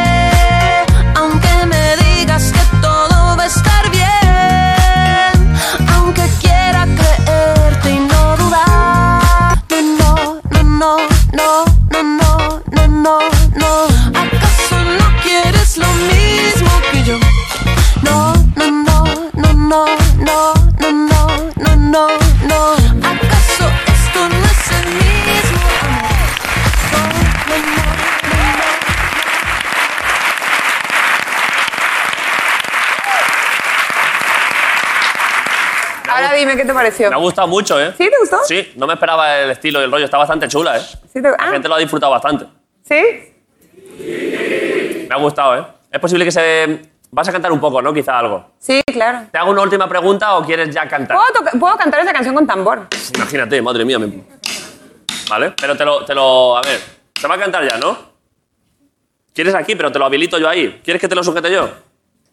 F: aunque me digas que todo va a estar bien, aunque quiera creerte y no dudar. No, no, no, no, no, no, no, no, no. ¿Acaso no quieres lo mismo que yo? No, no, no, no, no, no, no, no, no, no, no. ¿Acaso esto no es el mismo amor? No, no, no, no, no.
D: Ahora dime qué te pareció.
A: Me ha gustado mucho, ¿eh?
D: ¿Sí? ¿Te gustó?
A: Sí, no me esperaba el estilo y el rollo. Está bastante chula, ¿eh?
D: ¿Sí? Te...
A: La
D: Ah,
A: gente lo ha disfrutado bastante.
D: ¿sí?
A: Me ha gustado, ¿eh? Es posible que se... Vas a cantar un poco, ¿no? Quizá algo.
D: Sí, claro.
A: ¿Te hago una última pregunta o quieres ya cantar?
D: ¿Puedo, toca- puedo cantar esa canción con tambor?
A: Imagínate, madre mía. me- Vale, pero te lo, te lo. A ver, se va a cantar ya, ¿no? Quieres aquí, pero te lo habilito yo ahí. ¿Quieres que te lo sujete yo?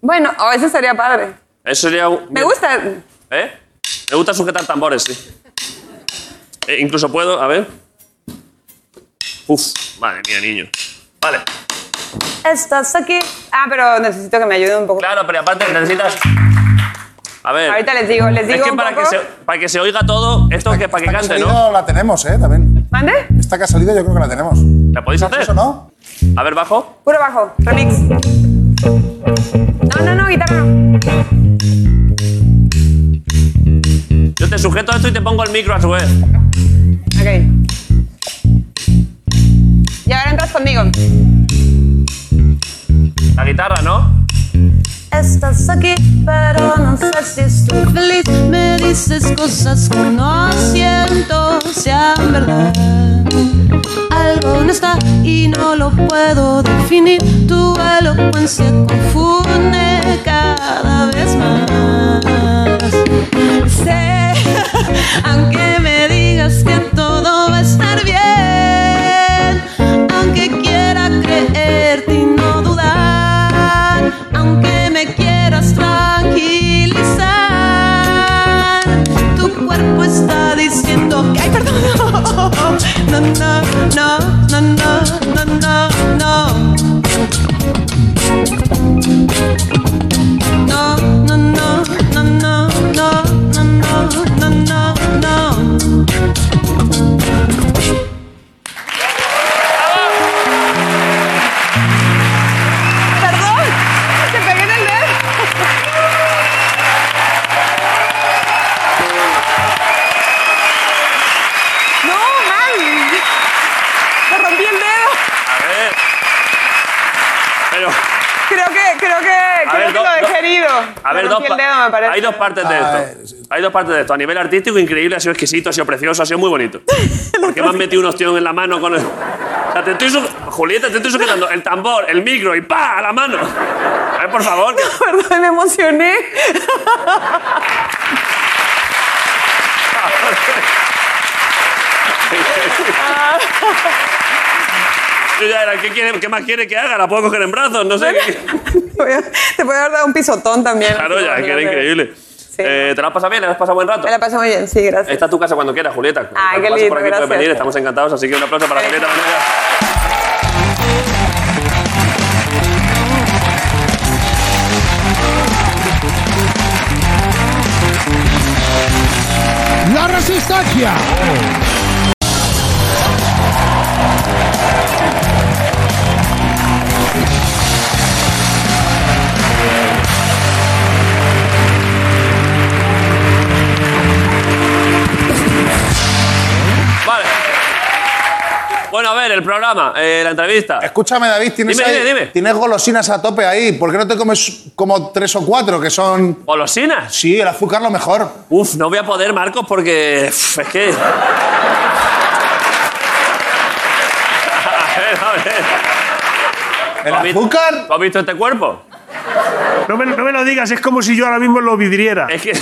D: Bueno, o eso sería padre.
A: Eso sería un...
D: Me gusta.
A: ¿Eh? Me gusta sujetar tambores, sí. Eh, incluso puedo, a ver. Uf, madre mía, niño. Vale.
D: Estás aquí. Ah, pero necesito que me ayude un poco.
A: Claro, pero aparte necesitas. A ver.
D: Ahorita les digo, les digo
A: es que
D: un
A: para,
D: poco.
A: Que se, para que se oiga todo, esto que para que
C: Esta
A: cante,
C: ha
A: ¿no?
C: salido la tenemos, ¿eh? También.
D: ¿Mande?
C: Esta que ha salido yo creo que la tenemos.
A: ¿La podéis hacer?
C: ¿Eso no?
A: A ver, bajo.
D: Puro bajo, remix. No, no, no, guitarra no.
A: Yo te sujeto esto y te pongo el micro a su vez.
D: Ok. Y ahora entras conmigo.
A: La guitarra, ¿no?
F: Estás aquí, pero no sé si estoy feliz. Me dices cosas que no siento sean verdad. Algo no está y no lo puedo definir. Tu elocuencia confunde cada vez más. Sé, aunque me digas que todo va a estar bien, aunque quiera creerte y no dudar, aunque me quieras tranquilizar, tu cuerpo está diciendo que ay perdón, no, no, no, no, no, no, no, no. No, no, no, no, no, no, no, no, no, no, no.
D: Perdón, te pegué en el dedo. No, mal. Me rompí el dedo.
A: A ver. Pero,
D: Creo que, creo que, creo
A: ver,
D: que
A: do-
D: lo
A: do-
D: dejé herido.
A: a
D: Me
A: ver, dos
D: rompí el
A: pa-
D: dedo, me parece.
A: hay dos partes de
C: Ay,
A: esto. Hay dos partes de esto. A nivel artístico, increíble, ha sido exquisito, ha sido precioso, ha sido muy bonito. Porque me han metido unos tíos en la mano con el. O sea, te estoy su- Julieta, te estoy sujetando el tambor, el micro y ¡pa! a la mano. A ver, por favor. que-
D: Perdón, me emocioné.
A: Yo ya era, ¿qué, quiere- qué más quiere que haga? ¿La puedo coger en brazos? No sé. qué-
D: Te puede haber dado un pisotón también.
A: Claro, ya, que era increíble. Eh, ¿Te lo has pasado bien? ¿Le has pasado buen rato?
D: Me la pasé muy bien, sí, gracias.
A: Esta es tu casa cuando quieras, Julieta.
D: Ah,
A: Cuando
D: qué
A: pases
D: lindo,
A: por aquí puedes
D: gracias.
A: venir, estamos encantados, así que un aplauso para Julieta Venegas.
G: La resistencia.
A: Vale. Bueno, a ver, el programa, eh, la entrevista.
C: Escúchame, David, tienes,
A: Dime,
C: ahí-
A: dime, dime.
C: tienes golosinas a tope ahí. ¿Por qué no te comes como tres o cuatro que son...
A: ¿Golosinas?
C: Sí, el azúcar lo mejor.
A: Uf, no voy a poder, Marcos, porque. uf, es que. A ver, a ver.
C: ¿El
A: David.
C: azúcar?
A: ¿Tú has visto este cuerpo?
B: No me, no me lo digas, es como si yo ahora mismo lo vidriera.
A: Es que.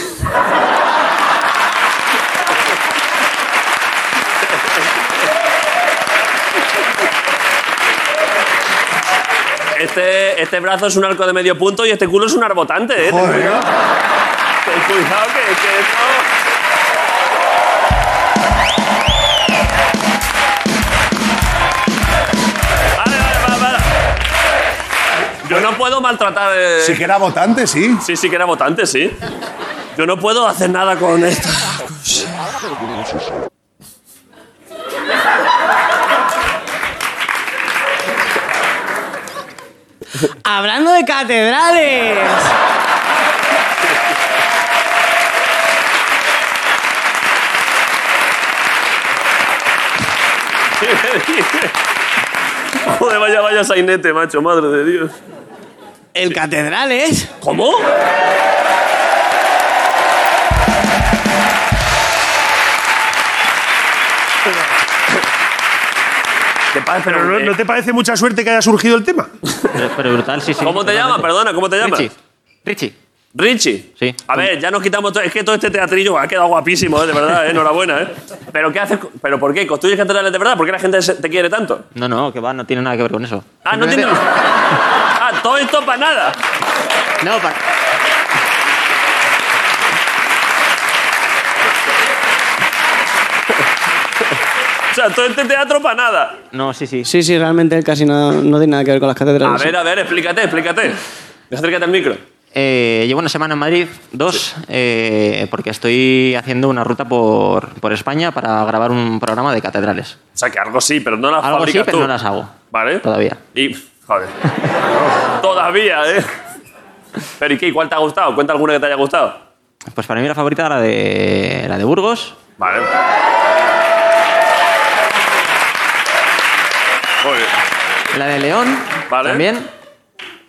A: Este, este brazo es un arco de medio punto y este culo es un arbotante, ¿eh? Ten
C: Joder.
A: cuidado que, que esto... Vale, vale, vale, vale. Yo no puedo maltratar... eh,
C: Sí que era votante, sí.
A: Sí, sí que era votante, sí. Yo no puedo hacer nada con esta cosa.
H: Hablando de catedrales.
A: Joder, vaya, vaya sainete, macho, madre de Dios.
H: El catedrales.
A: ¿Cómo? ¿Te parece?
B: Pero no, ¿no te parece mucha suerte que haya surgido el tema?
I: Pero, pero brutal, sí, sí.
A: ¿Cómo te llamas?
I: totalmente.
A: Perdona, ¿cómo te llamas?
I: Richie. Richie.
A: Richie.
I: Sí.
A: A ver, ya nos quitamos todo. Es que todo este teatrillo ha quedado guapísimo, ¿eh? de verdad, ¿eh? enhorabuena. ¿eh? ¿Pero qué haces? co- ¿Pero por qué? ¿Construyes catedrales de verdad? ¿Por qué la gente se- te quiere tanto?
I: No, no, que va, no tiene nada que ver con eso.
A: Ah, no tiene.
I: Simplemente-
A: Ah, Todo esto para nada.
H: No, pa-
A: O sea, todo este teatro para nada.
I: No, sí, sí.
H: Sí, sí, realmente casi no, no tiene nada que ver con las
A: A
H: catedrales.
A: ver, a ver, explícate, explícate. Acércate al micro.
I: Eh, llevo una semana en Madrid, dos, eh, porque estoy haciendo una ruta por, por España para grabar un programa de catedrales.
A: O sea, que algo sí, pero no las
I: Algo sí,
A: fabricas
I: pero
A: tú.
I: no las hago.
A: ¿Vale?
I: Todavía.
A: Y, joder. Todavía, ¿eh? Pero ¿y qué? ¿Y ¿Cuál te ha gustado? Cuenta alguna que te haya gustado.
I: Pues para mí la favorita era la de, la de Burgos.
A: Vale. Muy bien.
I: La de León
A: Vale.
I: también.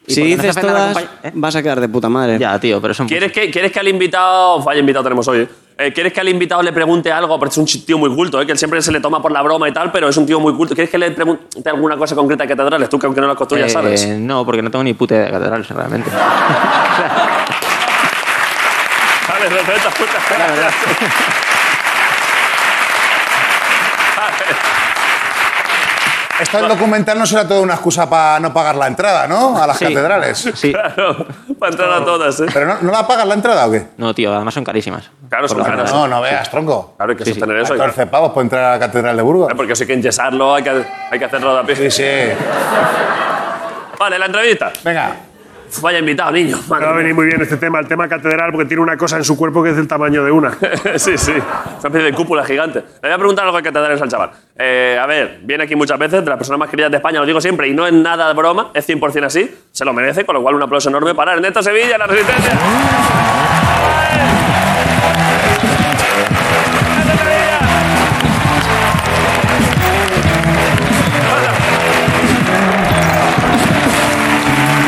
I: Y
H: si
I: porque no se
H: dices
I: ofenda la
H: todas,
I: compañ- ¿Eh?
H: vas a quedar de puta madre.
I: Ya, tío, pero son
A: ¿Quieres que, ¿Quieres que al invitado... Vaya invitado tenemos hoy, ¿eh? Eh, ¿Quieres que al invitado le pregunte algo? Porque es un ch- tío muy culto, ¿eh? que él siempre se le toma por la broma y tal, pero es un tío muy culto. ¿Quieres que le pregunte alguna cosa concreta de catedrales? Tú que aunque no las construyas,
I: Eh,
A: ¿sabes?
I: No, porque no tengo ni puta idea de catedrales, realmente.
A: Vale, no, no, esta puta. Vale.
C: Esto del documental no será toda una excusa para no pagar la entrada, ¿no? A las
I: Sí.
C: catedrales.
I: Sí.
A: Claro, para entrar a todas, ¿eh?
C: ¿Pero no, no la pagas la entrada o qué?
I: No, tío, además son carísimas.
A: Claro, son
I: Por lo
A: caras.
I: general.
C: No, no veas, tronco.
A: Claro, hay que
I: Sí, sí.
A: sostener eso. hay que-
C: 14 pavos por entrar a la Catedral de Burgos.
A: Eh, Porque eso hay que enyesarlo, hay que, hay que hacerlo de a pie.
C: Sí, sí.
A: Vale, la entrevista.
C: Venga.
A: Uf, Vaya invitado, niño. madre
B: Va a
A: mía.
B: venir muy bien este tema, el tema catedral, porque tiene una cosa en su cuerpo que es del tamaño de una.
A: sí, sí. Una especie de cúpula gigante. Le voy a preguntar algo de catedrales al chaval. Eh, a ver, viene aquí muchas veces, de las personas más queridas de España, lo digo siempre, y no es nada broma, es 100% así, se lo merece, con lo cual un aplauso enorme para Ernesto Sevilla, la resistencia. ¡Ernesto Sevilla!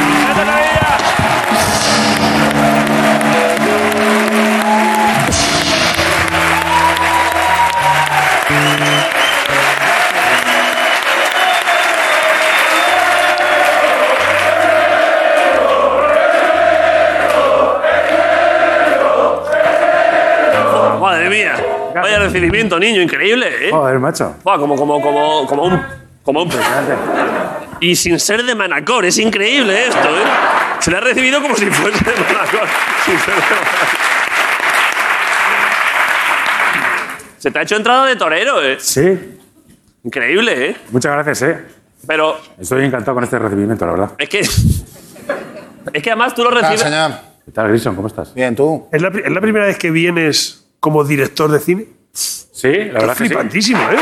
A: ¡Ernesto Sevilla! Madre mía, vaya recibimiento, niño, increíble, ¿eh?
J: Joder, macho.
A: Buah, como, como, como, como un. Como un. Y sin ser de Manacor, es increíble esto, ¿eh? Se le ha recibido como si fuese de Manacor. sin ser de Manacor. Se te ha hecho entrada de torero, ¿eh?
J: Sí,
A: Increíble, ¿eh?
J: muchas gracias, eh.
A: Pero
J: Estoy encantado con este recibimiento, la verdad.
A: es que. Es que además tú lo
C: ¿Qué tal,
K: Ah,
A: recibes.
C: Ah, señor?
J: ¿Qué tal, Grison? ¿Cómo estás?
C: Bien, tú.
B: ¿Es la, pri- es la primera vez que vienes como director de cine?
J: Sí, la verdad
B: Es
J: que sí.
B: flipantísimo, ¿eh?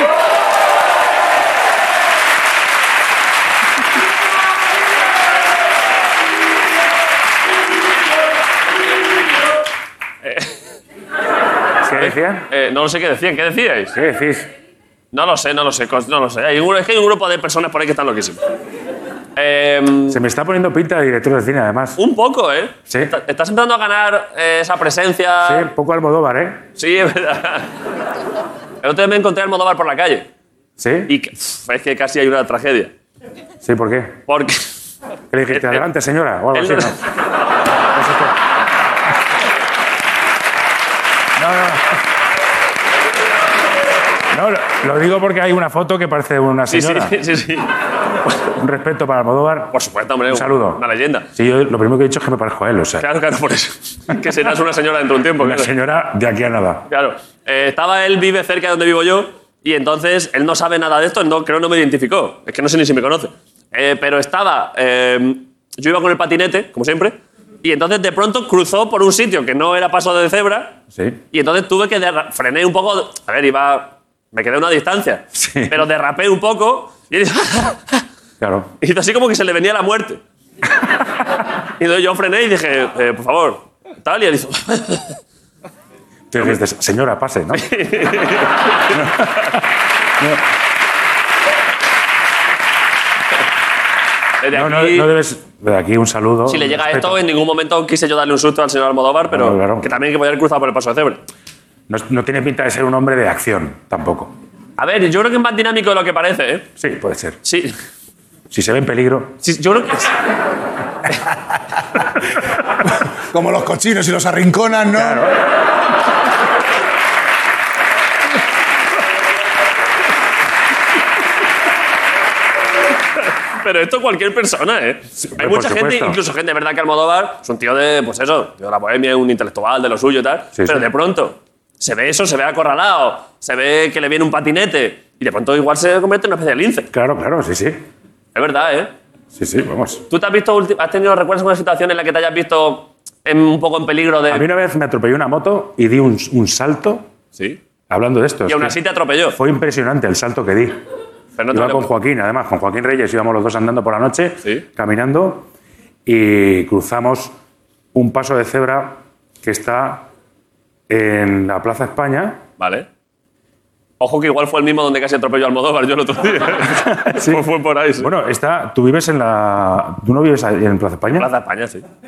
J: ¿Qué decían?
A: Eh, no lo sé qué decían, ¿qué decíais?
J: ¿Qué decís?
A: No lo sé, no lo sé, cos- no lo sé. Hay un- es que hay un grupo de personas por ahí que están loquísimos. Em,
J: Se me está poniendo pinta de director de cine, además.
A: Un poco, ¿eh?
J: Sí.
A: Está- Estás empezando a ganar eh, esa
J: Sí,
A: presencia.
J: un poco Almodóvar, ¿eh?
A: Sí. es verdad. El otro día me encontré al Modovar por la calle.
J: Sí.
A: Y que- pff, es que casi hay una tragedia.
J: Sí, ¿por qué?
A: Porque.
J: ¿Qué le dijiste?
A: Él-
J: Adelante, señora. O algo
A: Eh, él
J: así,
A: no-
J: ¿no? Eso es todo. No, no, no. No, lo, lo digo porque hay una foto que parece una
A: Sí, sí,
J: señora.
A: sí, sí.
J: Un respeto para Almodóvar.
A: Por supuesto, hombre.
J: Un saludo.
A: Una leyenda.
J: Sí, yo lo primero que he dicho es que me parezco a él, o sea.
A: Claro, claro, por eso. Que serás una señora dentro de un tiempo.
J: Una
A: claro.
J: señora de aquí a nada.
A: Claro. Eh, estaba él, vive cerca de donde vivo yo, y entonces él no sabe nada de esto, no, creo no me identificó. Es que no sé ni si me conoce. Eh, pero estaba. eh, yo iba con el patinete, como siempre, y entonces de pronto cruzó por un sitio que no era paso de cebra,
J: Sí.
A: y entonces tuve que derra- frené un poco. A ver, iba. Me quedé a una distancia,
J: Sí.
A: pero derrapé un poco, y él
J: Claro.
A: hizo así como que se le venía la muerte. y entonces yo frené y dije, eh, por favor, tal, y él hizo.
J: Tú dijiste, señora, pase, ¿no?
A: Desde
J: No, no,
A: aquí-
J: no debes. De aquí un saludo.
A: Si le llega
J: respeto.
A: esto, en ningún momento quise yo darle un susto al señor Almodóvar, pero
J: Claro, claro.
A: que también hay que podía haber cruzado por el paso de cebra.
J: No, no tiene pinta de ser un hombre de acción, tampoco.
A: A ver, yo creo que es más dinámico de lo que parece, ¿eh?
J: Sí, puede ser.
A: Sí,
J: Si se ve en peligro.
A: sí, yo creo que sí.
C: Como los cochinos y los arrinconan, ¿no?
A: Pero esto cualquier persona, ¿eh? Hay
J: hombre,
A: mucha
J: por
A: gente,
J: supuesto.
A: incluso gente, ¿verdad? Que Almodóvar es un tío de, pues eso, tío de la bohemia, un intelectual de lo suyo y tal.
J: Sí,
A: pero
J: sí.
A: de pronto se ve eso, se ve acorralado, se ve que le viene un patinete y de pronto igual se convierte en una especie de lince.
J: Claro, claro, sí, sí.
A: Es verdad, ¿eh?
J: Sí, sí, vamos.
A: ¿Tú te has visto, ulti- has tenido recuerdos de una situación en la que te hayas visto en- un poco en peligro
J: A mí
A: de.
J: una vez me atropelló una moto y di un, un salto
A: Sí.
J: hablando de esto.
A: Y
J: es
A: aún
J: que
A: así te atropelló.
J: Fue impresionante el salto que di.
A: Pero no te
J: Iba con
A: preocupes.
J: Joaquín, además, con Joaquín Reyes íbamos los dos andando por la noche,
A: Sí.
J: caminando, y cruzamos un paso de cebra que está en la Plaza España.
A: Vale. Ojo que igual fue el mismo donde casi atropelló a Almodóvar yo el otro día.
J: Sí.
A: Fue- Fue por ahí, sí.
J: Bueno, está, tú vives en la. ¿Tú no vives ahí en Plaza España?
A: Plaza España, sí.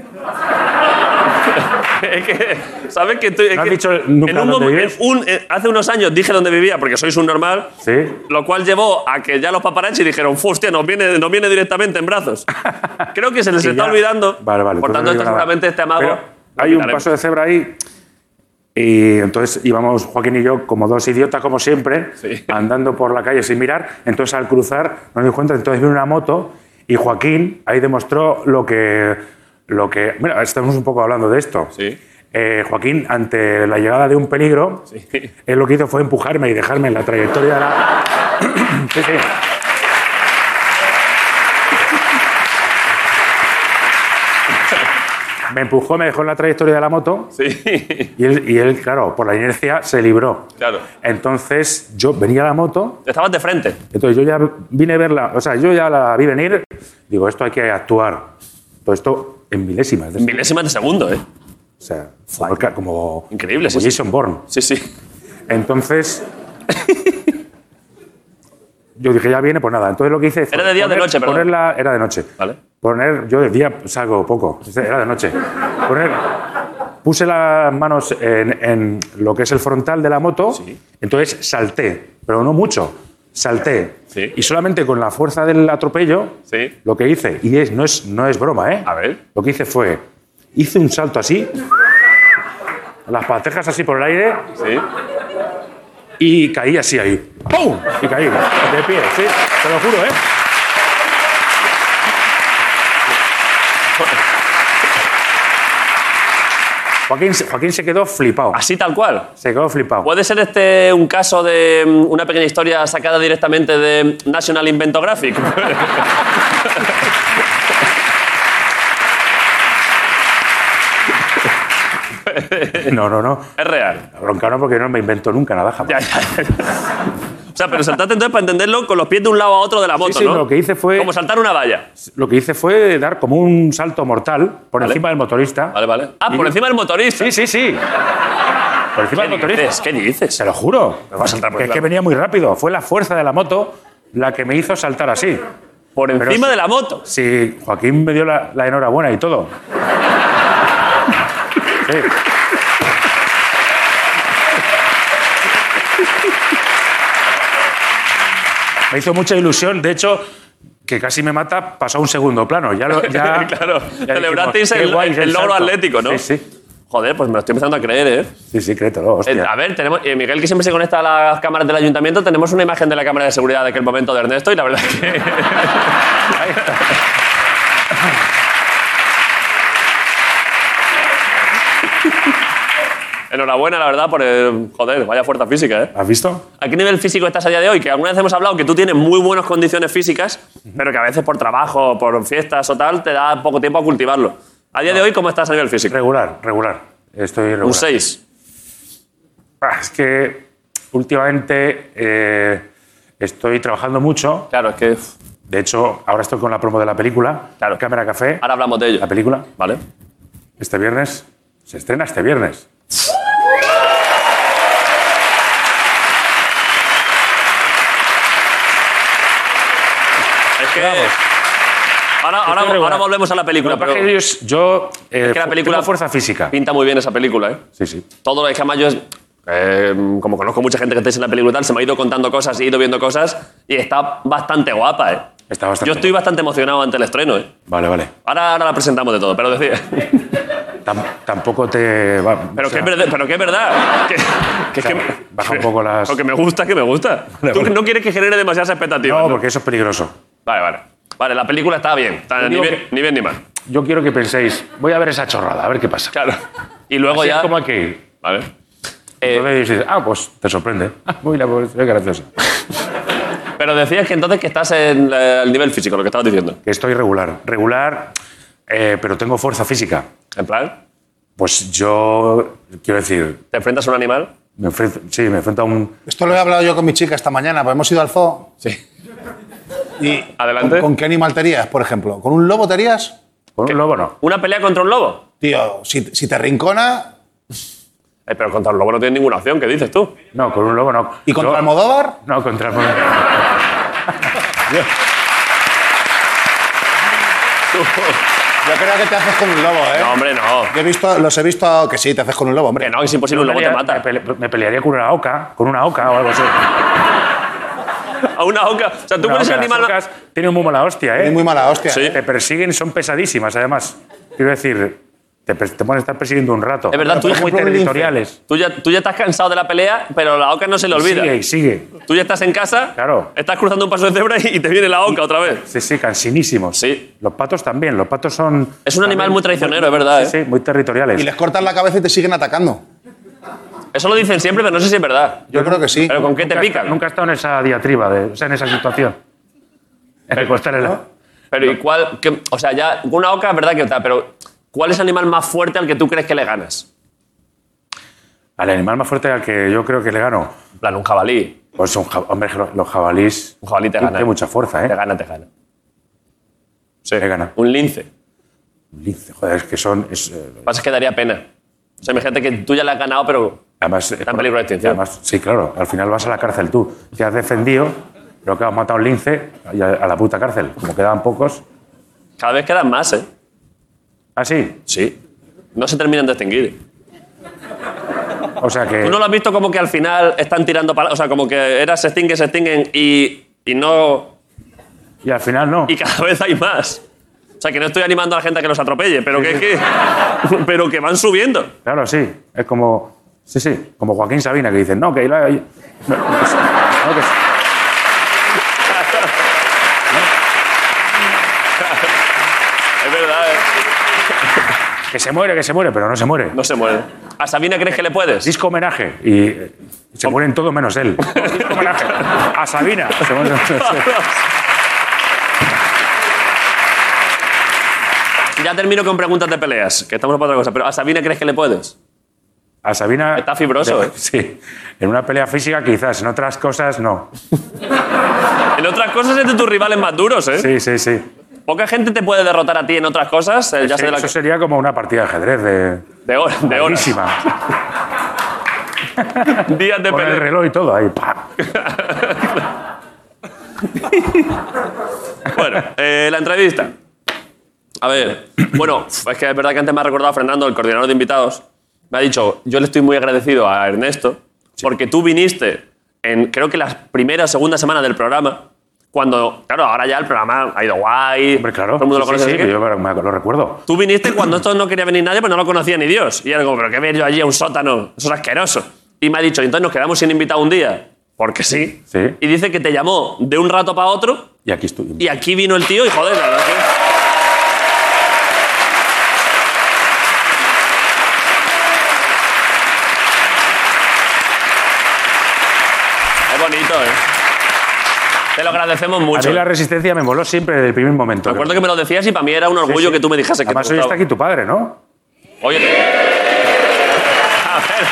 A: es que, ¿sabes que estoy- es
J: ¿No has
A: que
J: dicho nunca
A: en un
J: dónde
A: momen-
J: vives?
A: en un- eh, hace unos años dije dónde vivía porque soy un normal.
J: Sí.
A: Lo cual llevó a que ya los paparazzi dijeron, "Fu, hostia, nos viene, nos viene directamente en brazos. Creo que se les
J: Y
A: está
J: ya-
A: olvidando.
J: Vale, vale.
A: Por
J: entonces
A: tanto,
J: no digo
A: esto
J: nada.
A: seguramente este amago.
J: Pero
A: lo
J: hay un
A: quitaremos.
J: paso de cebra ahí. Y entonces íbamos Joaquín y yo, como dos idiotas, como siempre,
A: Sí.
J: andando por la calle sin mirar. Entonces, al cruzar, nos dimos cuenta. Entonces vino una moto y Joaquín ahí demostró lo que. Lo que mira, estamos un poco hablando de esto.
A: Sí.
J: Eh, Joaquín, ante la llegada de un peligro, él lo que hizo fue empujarme y dejarme en la trayectoria de la. sí, sí. Me empujó, me dejó en la trayectoria de la moto
A: Sí,
J: y él, y él, claro, por la inercia se libró.
A: claro.
J: Entonces yo venía la moto,
A: Estabas de frente.
J: entonces yo ya vine a verla, o sea, yo ya la vi venir, digo, esto hay que actuar. Todo esto en milésimas. de-
A: Milésimas de segundo, ¿eh?
J: o sea, como, el ca- como-
A: Increíble, sí,
J: como
A: sí.
J: Jason Bourne.
A: Sí, sí.
J: Entonces. yo dije, ya viene, pues nada. Entonces lo que hice fue.
A: Era de día o de
J: poner-
A: noche, perdón.
J: poner la- era de noche.
A: Vale.
J: Poner. Yo de día salgo poco. Era de noche. Poner. Puse las manos en, en lo que es el frontal de la moto. Entonces salté, pero no mucho. Salté.
A: Sí.
J: Y solamente con la fuerza del atropello,
A: Sí.
J: lo que hice, y es, no, es, no es broma, ¿eh?
A: A ver.
J: Lo que hice fue. Hice un salto así. Las patejas así por el aire
A: Sí.
J: y caí así ahí. ¡Pum! Y caí. De pie, sí. Te lo juro, ¿eh? Joaquín, se- Joaquín se quedó flipado.
A: Así tal cual.
J: Se quedó flipado.
A: ¿Puede ser este un caso de mm, una pequeña historia sacada directamente de National Inventographic?
J: No, no, no.
A: es real.
J: Broncano porque no me invento nunca nada jamás.
A: Ya, ya. O sea, pero saltaste entonces para entenderlo con los pies de un lado a otro de la moto,
J: sí,
A: ¿no?
J: lo que hice fue-
A: Como saltar una valla.
J: Lo que hice fue dar como un salto mortal por
A: Vale.
J: encima del motorista.
A: Vale, vale. Ah, por
J: Y-
A: encima del motorista.
J: Sí, sí, sí. Por encima del
A: ¿Qué
J: motorista.
A: dices? ¿Qué dices?
J: Se lo juro.
A: vas a saltar por
J: Que es
A: encima.
J: que venía muy rápido. Fue la fuerza de la moto la que me hizo saltar así.
A: Por
J: Pero
A: encima
J: sí.
A: de la moto.
J: Sí, Joaquín me dio la, la enhorabuena y todo. Sí. Me hizo mucha ilusión, de hecho, que casi me mata, pasó a un segundo plano. Ya lo, ya,
A: Claro,
J: ya
A: celebrasteis
J: dijimos, qué
A: el-
J: guay es
A: el logro
J: salto.
A: atlético, ¿no?
J: Sí, sí,
A: Joder, pues me lo estoy empezando a creer, ¿eh?
J: sí, sí créetelo, hostia.
A: Eh, a ver, tenemos, eh, Miguel, que siempre se conecta a las cámaras del ayuntamiento, tenemos una imagen de la cámara de seguridad de aquel momento de Ernesto y la verdad es que... Enhorabuena, la verdad, por el... Joder, vaya fuerza física, ¿eh?
J: ¿Has visto?
A: ¿A qué nivel físico estás a día de hoy? Que alguna vez hemos hablado que tú tienes muy buenas condiciones físicas, pero que a veces por trabajo, por fiestas o tal, te da poco tiempo a cultivarlo. A día de hoy, ¿cómo estás a nivel físico?
J: Regular, regular. Estoy regular.
A: Un 6.
J: Ah, Es que últimamente eh, estoy trabajando mucho.
A: Claro, es que... uf,
J: De hecho, ahora estoy con la promo de la película.
A: Claro.
J: Cámara Café.
A: Ahora hablamos de ello.
J: La película.
A: ¿Vale?
J: Este viernes. Se estrena este viernes.
A: Es que... Ahora, ahora-
J: regular.
A: ahora volvemos a la película,
J: Lo que
A: pero
J: pasa es que ellos- yo. eh,
A: es que la
J: fu-
A: película...
J: tengo fuerza física.
A: Pinta muy bien esa película, ¿eh?
J: Sí, sí.
A: Todo lo que además yo... es- eh, como conozco mucha gente que estáis en la película y tal, se me ha ido contando cosas y he ido viendo cosas y está bastante guapa, ¿eh?
J: Está bastante
A: Yo estoy bastante emocionado ante el estreno, ¿eh?
J: Vale, vale.
A: Ahora, ahora la presentamos de todo, pero decía.
J: Tam- tampoco te. va-
A: Pero,
J: o sea,
A: que, es verdad- pero que es verdad. Que, que es que me-
J: Baja un poco las.
A: Lo que me gusta es que me gusta.
J: Vale,
A: Tú
J: vale.
A: no quieres que genere demasiadas expectativas.
J: No,
A: ¿no?
J: porque eso es peligroso.
A: Vale, vale. Vale, la película está bien. está ni,
J: Digo
A: bien
J: que-
A: ni bien ni mal.
J: Yo quiero que penséis, voy a ver esa chorrada, a ver qué pasa.
A: Claro. Y luego
J: Así es
A: ya.
J: como hay que ir.
A: Vale. Eh,
J: Entonces dices, ah, pues te sorprende. Ah, voy a ver, qué graciosa.
A: pero decías que entonces que estás en eh, el nivel físico, lo que estabas diciendo.
J: Que estoy regular. Regular, eh, pero tengo fuerza física.
A: En plan,
J: Pues yo, quiero decir,
A: te enfrentas a un animal.
J: me enfrento, sí, me enfrento a un...
C: Esto lo he hablado yo con mi chica esta mañana, pues hemos ido al zoo. Sí. Y,
A: Adelante.
C: ¿Con qué animal te harías, por ejemplo? ¿Con un lobo te harías?
J: Con un lobo no.
A: ¿Una pelea contra un lobo?
C: Tío, si, si te rincona
A: Eh, pero contra un lobo no tienes ninguna opción, ¿qué dices tú?
J: No, con un lobo no.
C: y contra
J: Yo-
C: Almodóvar,
J: No, contra Almodóvar.
C: yo creo que te haces con un lobo, ¿eh?
A: No, hombre, no.
C: Yo he visto, los he visto que sí, te haces con un lobo,
A: Que
C: hombre.
A: no, es imposible, un lobo te mata.
J: Me, pele- me pelearía con una oca, con una oca o algo así.
A: A una oca. O sea, tú
J: Una
A: pones el
J: oca,
A: animal.
J: Las ocas tienen muy mala hostia,
C: Es
J: ¿eh?
C: muy mala hostia.
A: Sí.
J: Te persiguen, son pesadísimas, además. Quiero decir, te, pers- te pueden estar persiguiendo un rato.
A: Es verdad, tú-
J: son muy
A: por ejemplo, un
J: territoriales.
A: Tú ya, tú ya estás cansado de la pelea, pero la oca no se le olvida.
J: Sigue, y sigue.
A: Tú ya estás en casa,
J: Claro.
A: estás cruzando un paso de cebra y te viene la oca otra vez.
J: Sí, sí, cansinísimos.
A: Sí.
J: Los patos también, los patos son...
A: Es un animal
J: también
A: muy traicionero, es verdad,
J: Sí,
A: ¿eh?
J: sí, muy territoriales.
C: Y les cortas la cabeza y te siguen atacando.
A: Eso lo dicen siempre, pero no sé si es verdad.
C: Yo creo que sí.
A: Pero ¿con qué te
J: Nunca he esta-
A: pican?
J: Nunca he estado en esa diatriba, de, o sea, en esa situación. Pues, De cortarle la-
A: Pero ¿y cuál? qué- o sea, ya una oca es verdad que está, pero ¿cuál es el animal más fuerte al que tú crees que le ganas?
J: Al animal más fuerte al que yo creo que le gano.
A: En plan, un jabalí.
J: Pues un ja- hombre, los- los jabalís...
A: Un jabalí te
J: tienen
A: gana.
J: mucha fuerza,
A: Te
J: ¿eh?
A: gana, te gana.
J: Sí. Te gana.
A: Un lince. Lo
J: Un lince, joder, es que son... es, eh,
A: que pasa es que daría pena. O sea, imagínate que tú ya le has ganado, pero
J: Además, eh,
A: en peligro de extinción.
J: Además, sí, claro. Al final vas a la cárcel tú. Te has defendido, pero que has matado a un lince y a, a la puta cárcel. Como quedaban pocos.
A: cada vez quedan más, ¿eh?
J: Ah, sí.
A: Sí. No se terminan de extinguir.
J: Eh. O sea que.
A: ¿Tú no lo has visto como que al final están tirando para... O sea, como que era se extinguen, se extinguen y, y no...
J: Y al final no.
A: Y cada vez hay más. O sea, que no estoy animando a la gente a que los atropelle, pero que, que, pero que van subiendo.
J: Claro, sí. Es como. Sí, sí. Como Joaquín Sabina que dice, no, que. la- No, no, que
A: Es verdad, ¿eh?
J: que se muere, que se muere, pero no se muere.
A: No se mueve. ¿A Sabina crees que le puedes?
J: Disco homenaje. Y eh, se mueren todos menos él. Disco homenaje. A Sabina. Se muere-
A: Ya termino con preguntas de peleas, que estamos para otra cosa. Pero ¿a Sabina crees que le puedes?
J: A Sabina.
A: Está fibroso, ¿eh?
J: Sí. En una pelea física quizás, en otras cosas no.
A: En otras cosas este es de tus rivales más duros, ¿eh?
J: Sí, sí, sí.
A: Poca gente te puede derrotar a ti en otras cosas. eh, ya
J: Sí,
A: sé de, la
J: eso sería como una partida de ajedrez de,
A: de, hora- de horas.
J: buenísima.
A: Días de
J: Con el
A: pelea.
J: reloj y todo ahí. pa.
A: Bueno, eh, la entrevista. A ver, bueno, es que es verdad que antes me ha recordado Fernando, el coordinador de invitados, me ha dicho, yo le estoy muy agradecido a Ernesto, porque tú viniste en, creo que la primera o segunda semana del programa, cuando, claro, ahora ya el programa ha ido guay,
J: Hombre, claro.
A: todo el mundo lo
J: Sí,
A: conoce.
J: sí,
A: así
J: sí,
A: que-
J: yo me- me lo recuerdo.
A: Tú viniste cuando esto no quería venir nadie, pero no lo conocía ni Dios. Y era como, pero qué ver yo allí a un sótano, eso es asqueroso. Y me ha dicho, entonces nos quedamos sin invitado un día, porque sí.
J: Sí.
A: Y dice que te llamó de un rato para otro
J: Y aquí estoy.
A: y aquí vino el tío y joder, la verdad que... Es bonito, ¿eh? Te lo agradecemos
J: A
A: mucho.
J: mí la resistencia me moló siempre desde el primer momento.
A: Me acuerdo que me lo decías y para mí era un orgullo que tú me dijeses que te
J: Además, hoy está
A: gustaba.
J: aquí tu padre, ¿no?
A: Oye. A ver, a ver.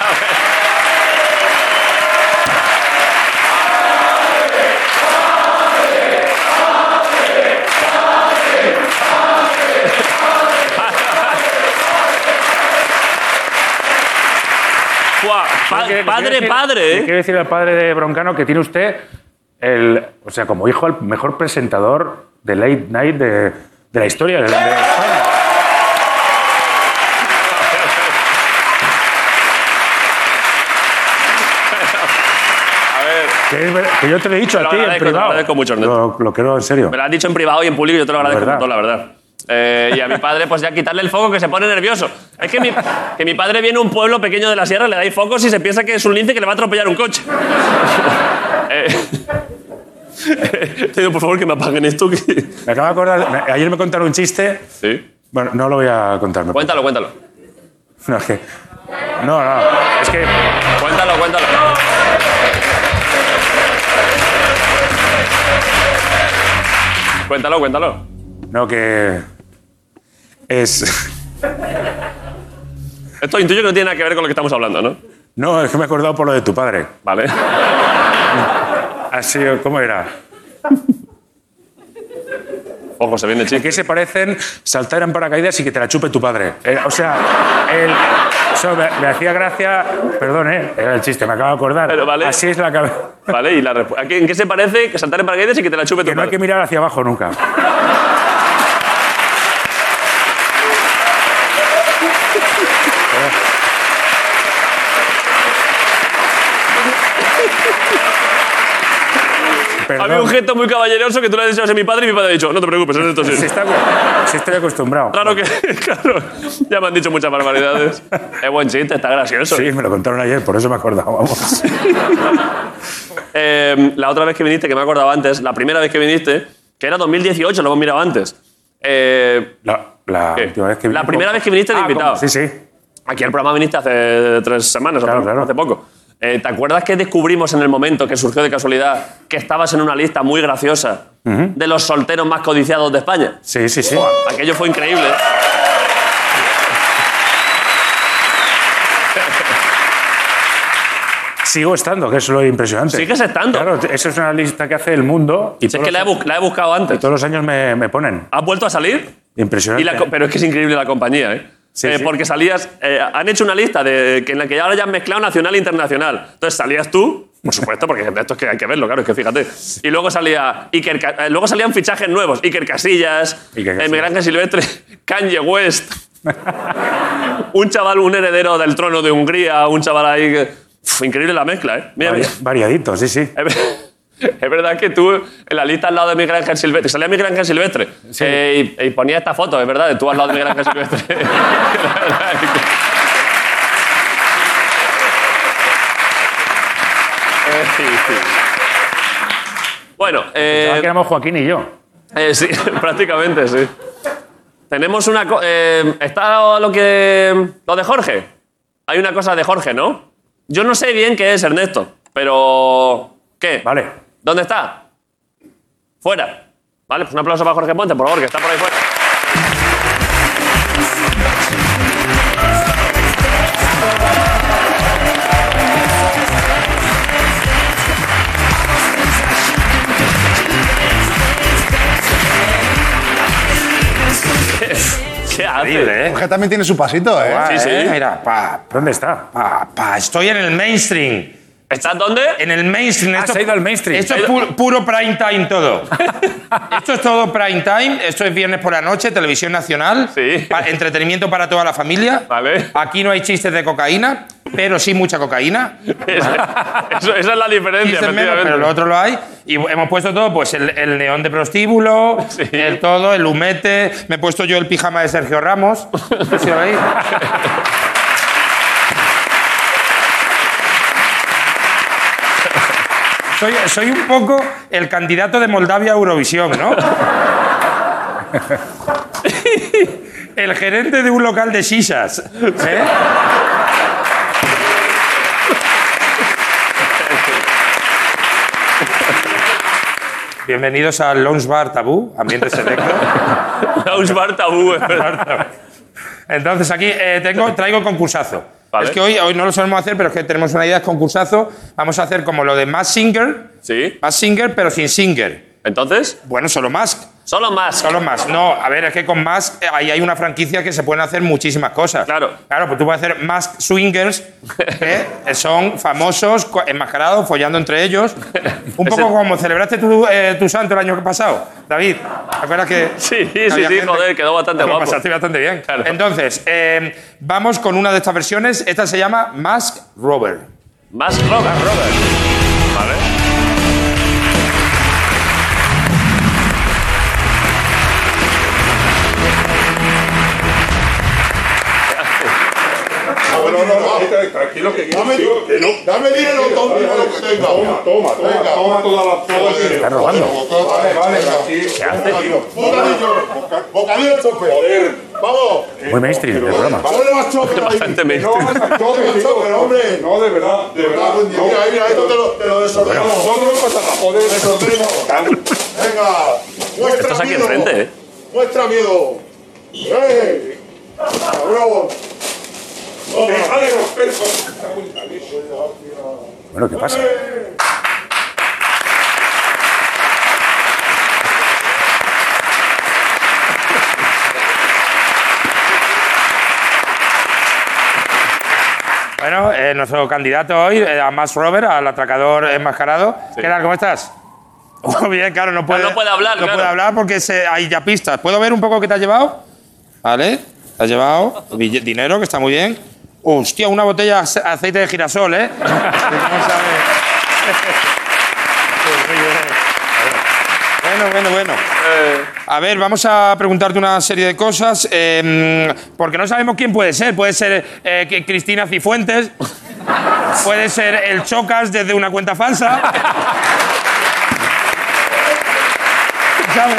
A: Buah, pa-
J: Quiero- quiero
A: padre,
J: decir-
A: padre,
J: le
A: ¿eh?
J: Quiero decir al padre de Broncano que tiene usted, el, o sea, como hijo, el mejor presentador de late night de, de la historia. de- de España.
A: A ver,
J: Que, es ver- que yo te lo he dicho
A: Te lo
J: a ti en
A: agradezco, te lo
J: privado.
A: agradezco mucho, Ernesto.
J: Lo, lo quiero en serio.
A: me lo has dicho en privado y en público y yo te lo agradezco
J: verdad.
A: un montón, la verdad. Eh, y a mi padre, pues ya quitarle el foco que se pone nervioso. Es que mi, que mi padre viene a un pueblo pequeño de la sierra, le dais focos y se piensa que es un lince que le va a atropellar un coche. Eh, Te digo, por favor, que me apaguen esto. que-
J: Me acabo de acordar, me- ayer me contaron un chiste.
A: Sí.
J: Bueno, no lo voy a contar. me-
A: Cuéntalo, cuéntalo.
J: No, es que- no, no, es que
A: Cuéntalo, cuéntalo. Cuéntalo, cuéntalo.
J: No, que. Es.
A: Esto intuyo que no tiene nada que ver con lo que estamos hablando, ¿no?
J: No, es que me he acordado por lo de tu padre.
A: Vale.
J: Ha sido. ¿Cómo era?
A: Ojo, se viene
J: ¿En
A: chiste.
J: qué se parecen saltar en paracaídas y que te la chupe tu padre? Eh, o sea, el- eso me, me hacía gracia. Perdón, ¿eh? Era el chiste, me acabo de acordar.
A: Pero vale.
J: Así es la cabeza.
A: Vale, y la respu- ¿A qué- ¿En qué se parece que saltar en paracaídas y que te la chupe tu
J: Que no hay
A: padre?
J: que mirar hacia abajo nunca.
A: Había un
J: Perdón,
A: gesto muy caballeroso que tú le has dicho a mi padre y mi padre ha dicho, no te preocupes, es esto sí.
J: si, está- si estoy acostumbrado.
A: Claro que, claro, ya me han dicho muchas barbaridades. Es buen chiste, está gracioso.
J: Sí, me lo contaron ayer, por eso me acordaba. Vamos.
A: Eh, la otra vez que viniste, que me he acordado antes, la primera vez que viniste, que era 2018, lo hemos mirado antes. Eh,
J: La, la
A: ¿Qué?
J: última vez que
A: La primera vez que viniste de
J: Ah,
A: invitado.
J: como- Sí, sí.
A: aquí al programa viniste hace tres semanas,
J: Claro,
A: hace,
J: claro.
A: hace poco. Eh, ¿Te acuerdas que descubrimos en el momento que surgió de casualidad que estabas en una lista muy graciosa de los solteros más codiciados de España?
J: Sí, sí, sí.
A: Aquello fue increíble.
J: Sigo estando, que es lo impresionante.
A: Sigues estando.
J: Claro, eso es una lista que hace el mundo.
A: Si
J: Y
A: es
J: todos
A: que la he,
J: los-
A: bus- la he buscado antes.
J: Todos los años me, me ponen.
A: ¿Has vuelto a salir?
J: Impresionante. ¿eh?
A: Y la co- pero es que es increíble la compañía, ¿eh?
J: Sí,
A: Eh,
J: sí.
A: Porque salías, eh, han hecho una lista de, que en la que ya ahora ya han mezclado nacional e internacional. Entonces salías tú, por supuesto, porque esto es que hay que verlo, claro, es que fíjate. Y luego, salía Iker Ca- eh, luego salían fichajes nuevos: Iker Casillas,
J: Iker
A: eh,
J: Casillas.
A: Miguel Ángel Silvestre, Kanye West, un chaval, un heredero del trono de Hungría, un chaval ahí. que- Uf, increíble la mezcla, ¿eh? Mira,
J: Vari-
A: mira.
J: variadito, sí, sí.
A: Es ver- es verdad que tú en la lista al lado de Miguel Ángel Silvestre, salía Miguel Ángel Silvestre eh, y, y ponía esta foto, es verdad, de tú al lado de Miguel Ángel Silvestre. La verdad es que- Eh, sí, sí. Bueno, eh,
J: Pensaba que éramos Joaquín y yo.
A: eh, sí, prácticamente sí. Tenemos una co- eh, está lo que lo de Jorge. Hay una cosa de Jorge, ¿no? Yo no sé bien qué es Ernesto, pero ¿qué?
J: Vale.
A: ¿Dónde está? Fuera. Vale, pues un aplauso para Jorge Ponte, por favor, que está por ahí fuera. ¿Qué hace?
K: ¿eh?
C: Jorge también tiene su pasito, ¿eh?
A: Sí, sí.
E: Mira, pa, Ah,
J: ¿Dónde está?
E: pa, pa, estoy en el mainstream.
A: ¿Estás dónde?
E: En el mainstream.
J: Ah,
E: esto,
J: se ha ido al mainstream.
E: Esto es pu- puro prime time todo. esto es todo prime time. Esto es viernes por la noche, televisión nacional.
A: Sí.
E: pa- entretenimiento para toda la familia.
A: Vale.
E: Aquí no hay chistes de cocaína, pero sí mucha cocaína.
A: Esa, eso- esa es la diferencia,
E: Chistes menos, pero
A: efectivamente.
E: lo otro lo hay. Y hemos puesto todo, pues el, el neón de prostíbulo, el todo, el humete. Me he puesto yo el pijama de Sergio Ramos. ¿Sí lo veis? Soy, soy un poco el candidato de Moldavia a Eurovisión, ¿no? el gerente de un local de shisas. ¿eh? Bienvenidos al Lounge Bar Tabú, ambiente selecto.
A: House bar tabú, es verdad.
E: Entonces aquí eh, tengo, traigo concursazo.
A: Vale.
E: Es que hoy, hoy no lo solemos hacer, pero es que tenemos una idea de concursazo. Vamos a hacer como lo de Mask Singer,
A: Sí.
E: Mask Singer, pero sin Singer.
A: Entonces,
E: Bueno, solo Mask,
A: solo más.
E: solo Mask. No, a ver, es que con Mask eh, ahí hay una franquicia que se pueden hacer muchísimas cosas.
A: Claro.
E: Claro, pues tú puedes hacer Mask Swingers, que son famosos, cu- enmascarados, follando entre ellos. Un poco
A: Ese-
E: como celebraste tu, eh, tu santo el año pasado, David. ¿Te acuerdas que.?
A: Sí, sí,
E: que
A: sí,
E: había gente-
A: joder, quedó bastante
E: lo
A: guapo.
E: pasaste bastante bien.
A: Claro.
E: Entonces, eh, vamos con una de estas versiones. Esta se llama Mask Rover.
A: Más rock. Vale.
L: aquí lo que dame, dame dinero, toma, dinero que tenga. Toma, toma, toma, toma toda la todo el dinero. Vale, vale, aquí. Bocadillo, boca- bocadillo de chope. Vamos.
J: Muy mainstream el programa.
L: Ponle más chope ahí.
J: Bastante
L: No,
J: mainstream.
L: más chope, tío, pero hombre. No, de verdad, de verdad. Mira, ahí, mira, esto te lo, te lo desordenamos. Nosotros para poder desordenamos. Venga, muestra
A: Estás aquí
L: miedo.
A: enfrente, ¿eh?
L: Muestra miedo. ¡Ey! ¡Bravo! ¡Deja de romper con-
J: Bueno, ¿qué pasa?
E: Bueno, eh, nuestro candidato hoy, eh, a Max Robert, al atracador enmascarado. ¿Qué tal? ¿Cómo estás? Muy bien, claro, no puede,
A: no puede hablar,
E: No
A: claro.
E: puede hablar porque se- hay ya pistas. ¿Puedo ver un poco qué te has llevado? Vale, te has llevado bille- dinero, que está muy bien. Hostia, una botella de ace- aceite de girasol, ¿eh? Que no sabe. bueno, bueno, bueno.
A: Eh.
E: A ver, vamos a preguntarte una serie de cosas, eh, porque no sabemos quién puede ser. Puede ser eh, que- Cristina Cifuentes, puede ser el Chocas desde una cuenta falsa. ¿Sabes?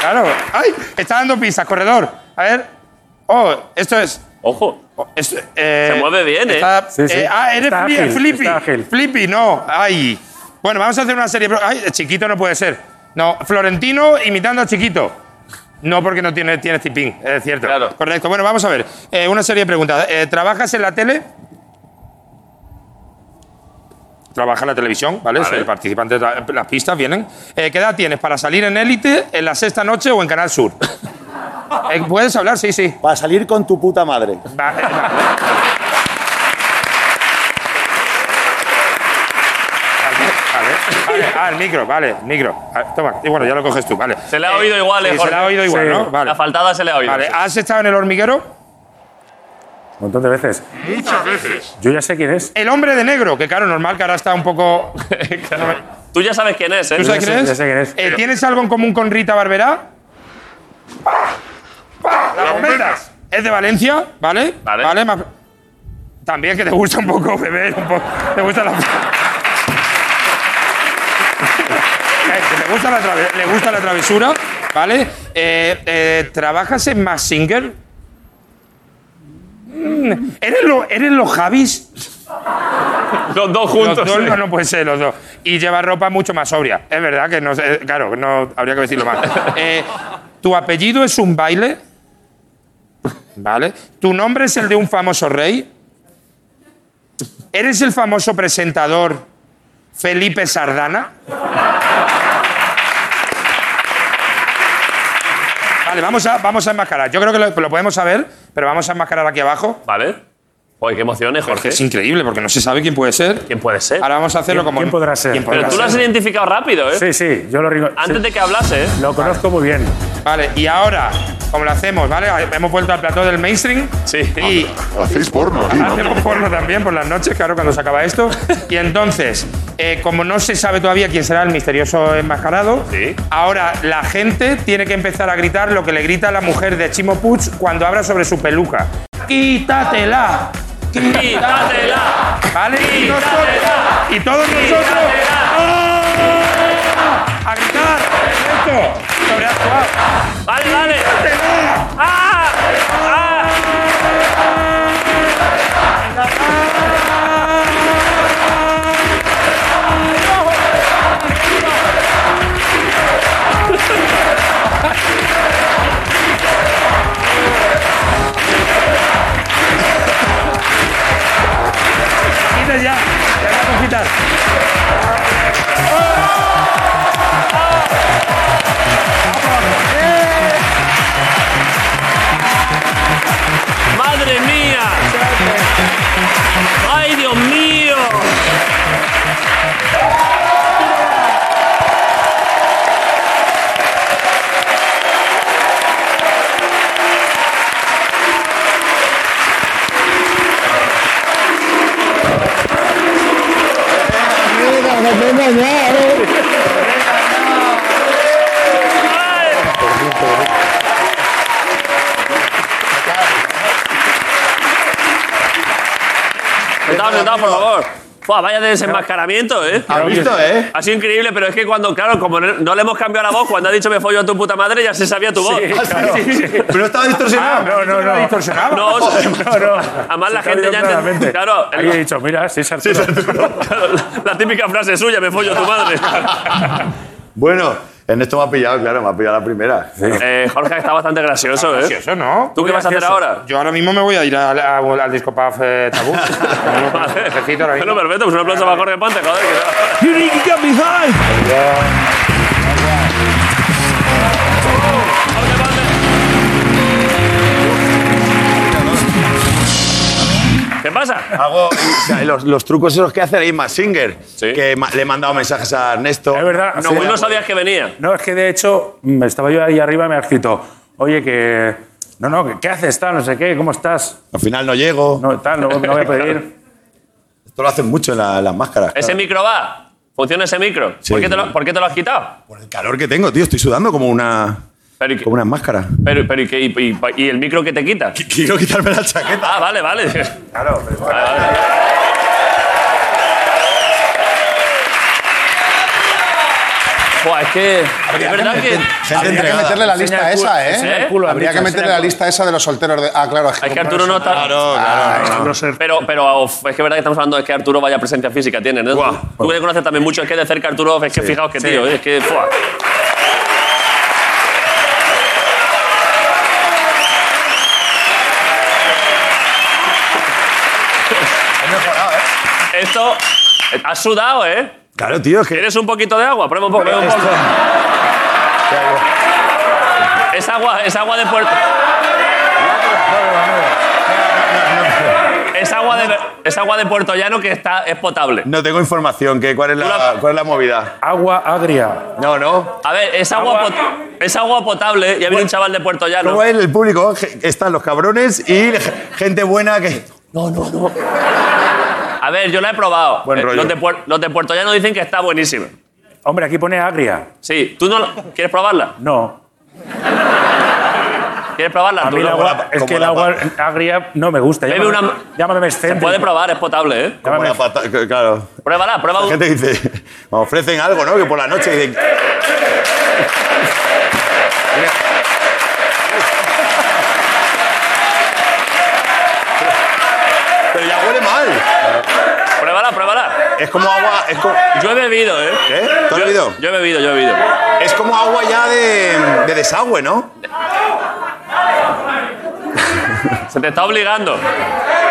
E: Claro. ¡Ay! Está dando pistas, corredor. A ver. Oh, esto es.
A: Ojo.
E: Se
A: mueve bien, ¿eh? Sí, sí.
E: ah, eres
A: Está
E: fli-
A: ágil,
E: Flippy.
A: está ágil.
E: Flippy, no. Ay. Bueno, vamos a hacer una serie. Ay, chiquito no puede ser. No, Florentino imitando a Chiquito. No, porque no tiene, tiene tipín, es cierto. Correcto. Bueno, vamos a ver. Eh, una serie de preguntas. Eh, ¿Trabajas en la tele? Trabaja en la televisión, ¿vale?
A: Vale.
E: El participante, tra- las pistas vienen. Eh, ¿Qué edad tienes para salir en Élite, en la sexta noche o en Canal Sur? Eh, ¿Puedes hablar? Sí, sí.
K: Para salir con tu puta madre.
E: Vale, vale. Vale, vale. Ah, el micro, vale, el micro. Ah, Toma, y bueno, ya lo coges tú, vale.
A: Se le ha oído igual, eh,
E: sí, Se
A: Jorge.
E: le ha oído igual,
A: Sí.
E: ¿no? Vale.
A: La faltada se le ha oído. Ah,
E: Vale,
A: sí.
E: ¿has estado en el hormiguero?
J: Un montón de veces.
E: Muchas veces.
J: Yo ya sé quién es.
E: El hombre de negro, que claro, normal que ahora está un poco.
A: Tú ya sabes quién es, ¿eh?
E: ¿Tú sabes quién es? Eh, ¿Tienes algo en común con Rita Barberá? ¡Las bombetas! Es de Valencia, ¿vale? Vale. más- También que te gusta un poco beber, un poco. Te gusta la. Eh, que te gusta la trave- Le gusta la travesura, ¿vale? Eh, eh, ¿Trabajas en Massinger? Mm, ¿Eres, lo- ¿Eres los Javis?
A: Los dos
E: juntos. Los dos, no, no puede ser, los dos. Y lleva ropa mucho más sobria. Es verdad que no sé, claro, no habría que decirlo más. Eh, ¿Tu apellido es un baile? ¿Vale? ¿Tu nombre es el de un famoso rey? ¿Eres el famoso presentador Felipe Sardana? Vale, vamos a, vamos a enmascarar. Yo creo que lo, lo podemos saber, pero vamos a enmascarar aquí abajo.
A: Vale. Oye, qué emociones, Jorge.
E: Es increíble porque no se sabe quién puede ser.
A: ¿Quién puede ser?
E: Ahora vamos a hacerlo
J: ¿Quién-
E: como.
J: quién podrá ser?
E: ¿Quién
A: Pero
E: podrá
A: tú lo has
E: ser?
A: identificado rápido, ¿eh?
J: Sí, sí, yo lo digo.
A: Antes
J: sí.
A: de que hablase, ¿eh?
J: Lo conozco muy bien.
E: Vale, y ahora, como lo hacemos, ¿vale? Hemos vuelto al plató del mainstream. Sí. Y
L: Hacéis porno, tío.
E: hacemos porno también por las noches, claro, cuando se acaba esto. Y entonces, eh, como no se sabe todavía quién será el misterioso enmascarado, ahora la gente tiene que empezar a gritar lo que le grita la mujer de Chimo Puig cuando habla sobre su peluca. ¡Quítatela!
A: ¡Quítatela!
E: ¿Vale? Y nosotros- Y todos nosotros. ¡ah! ¡A gritar! ¡Esto! ¡Sobreactuado!
A: ¡Vale, vale!
E: Quitas ya. Ya la puedes quitar.
A: ¡Madre mía! ¡Ay, Dios mío! resultados, por favor. Buah, vaya desenmascaramiento, ¿eh?
K: Ha visto, ¿eh?
A: Ha sido increíble, pero es que cuando, claro, como no no le hemos cambiado la voz, cuando ha dicho me follo a tu puta madre, ya se sabía tu voz.
J: Sí, Ah, sí, claro. sí, sí.
A: Pero no estaba
J: distorsionado. Ah, no, no, no.
A: distorsionado. No,
J: Joder,
A: no. Además, la
J: Se te
A: gente
J: ha
A: ya.
J: oído
A: ente-
J: claramente.
A: Claro, el-
J: Ahí he dicho, mira, sí, es Arturo.
A: claro, la- la típica frase suya, me follo a tu madre.
K: Bueno, en esto me ha pillado, claro, me ha pillado la primera.
A: Eh, Jorge está bastante gracioso, ¿eh?
E: Gracioso, ¿no?
A: ¿Tú qué
E: Muy
A: vas a hacer
E: gracioso.
A: ahora?
E: Yo ahora mismo me voy a ir al, a- al disco Puff eh, Tabú. Necesito ahora
A: Bueno,
E: mismo.
A: perfecto, pues un aplauso para Jorge Ponte, joder.
G: You need to get behind.
A: ¿Qué pasa?
K: Hago o sea, los, los trucos esos que hace ahí Massinger, que ma- le he mandado mensajes a Ernesto. Es verdad.
A: No, no sabías que venía.
J: No, es que de hecho, me estaba yo ahí arriba y me ha escrito, oye, que. No, no, que- ¿qué haces? Tal, no sé qué, ¿cómo estás?
K: Al final no llego.
J: No, tal, no, no voy a pedir.
K: Esto lo hacen mucho en la- las máscaras.
A: ¿Ese micro va? ¿Funciona ese micro?
K: Sí.
A: ¿Por, qué te lo, por qué te lo has quitado?
K: El calor que tengo, tío, estoy sudando como una.
A: Pero, ¿y qué-
K: Como una máscara.
A: pero- pero ¿y, qué- y- y- y el micro que te quitas?
K: Quiero quitarme la chaqueta.
A: Ah, vale, vale.
J: Claro,
A: Vale, vale. Buah, es que. Es verdad que.
C: Habría que meterle la lista esa, ¿eh? Habría que meterle la lista esa de los solteros. De... Ah, claro.
A: Es que Arturo no está. Ah,
C: claro,
J: Ah,
C: claro.
A: Pero, pero uf, es que es verdad que estamos hablando de que Arturo vaya presencia física tiene, ¿no? Tú que le conoces también mucho, es que de cerca Arturo, es que fijaos que
J: sí.
A: tío, es que. buah. Esto. Has sudado, ¿eh?
K: Claro, tío, es que.
A: ¿Quieres un poquito de agua? Prueba un poco, prueba un poco. Es agua, es agua de Puerto. Es agua de, es agua de Puerto Llano que está, es potable.
K: No tengo información. que ¿cuál, es la, ¿Cuál es la movida?
J: Agua agria.
K: No, no.
A: A ver, es agua,
K: Agua.
A: pot- es agua potable y ha venido un chaval de Puerto Llano.
K: ¿Cómo es el público? Je- Están los cabrones y gente buena que. No, no, no.
A: A ver, yo la he probado.
J: Buen
A: Eh,
J: rollo.
A: Los de, Puer- los de Puerto Llano dicen que está buenísima.
J: Hombre, aquí pone agria.
A: Sí, ¿tú no la- quieres probarla?
J: No.
A: ¿Quieres probarla?
J: A
A: Tú
J: mí el
A: no.
J: agua, es que el agua agria no me gusta.
A: Bebe
J: Llámame,
A: una-
J: llámame
A: Se
J: excéntrico.
A: puede probar, es potable, ¿eh?
K: Como la pata- que- claro.
A: Pruébala, pruébala.
K: La gente dice, me ofrecen algo, ¿no? Que por la noche dicen, pero ya huele mal.
A: Pruébala, pruébala.
K: Es como agua. Es como,
A: Yo he bebido, ¿eh?
K: ¿Qué? ¿Tú has
A: Yo-
K: bebido?
A: Yo he bebido, yo he bebido.
K: es como agua ya de, de desagüe, ¿no?
A: Se te está obligando.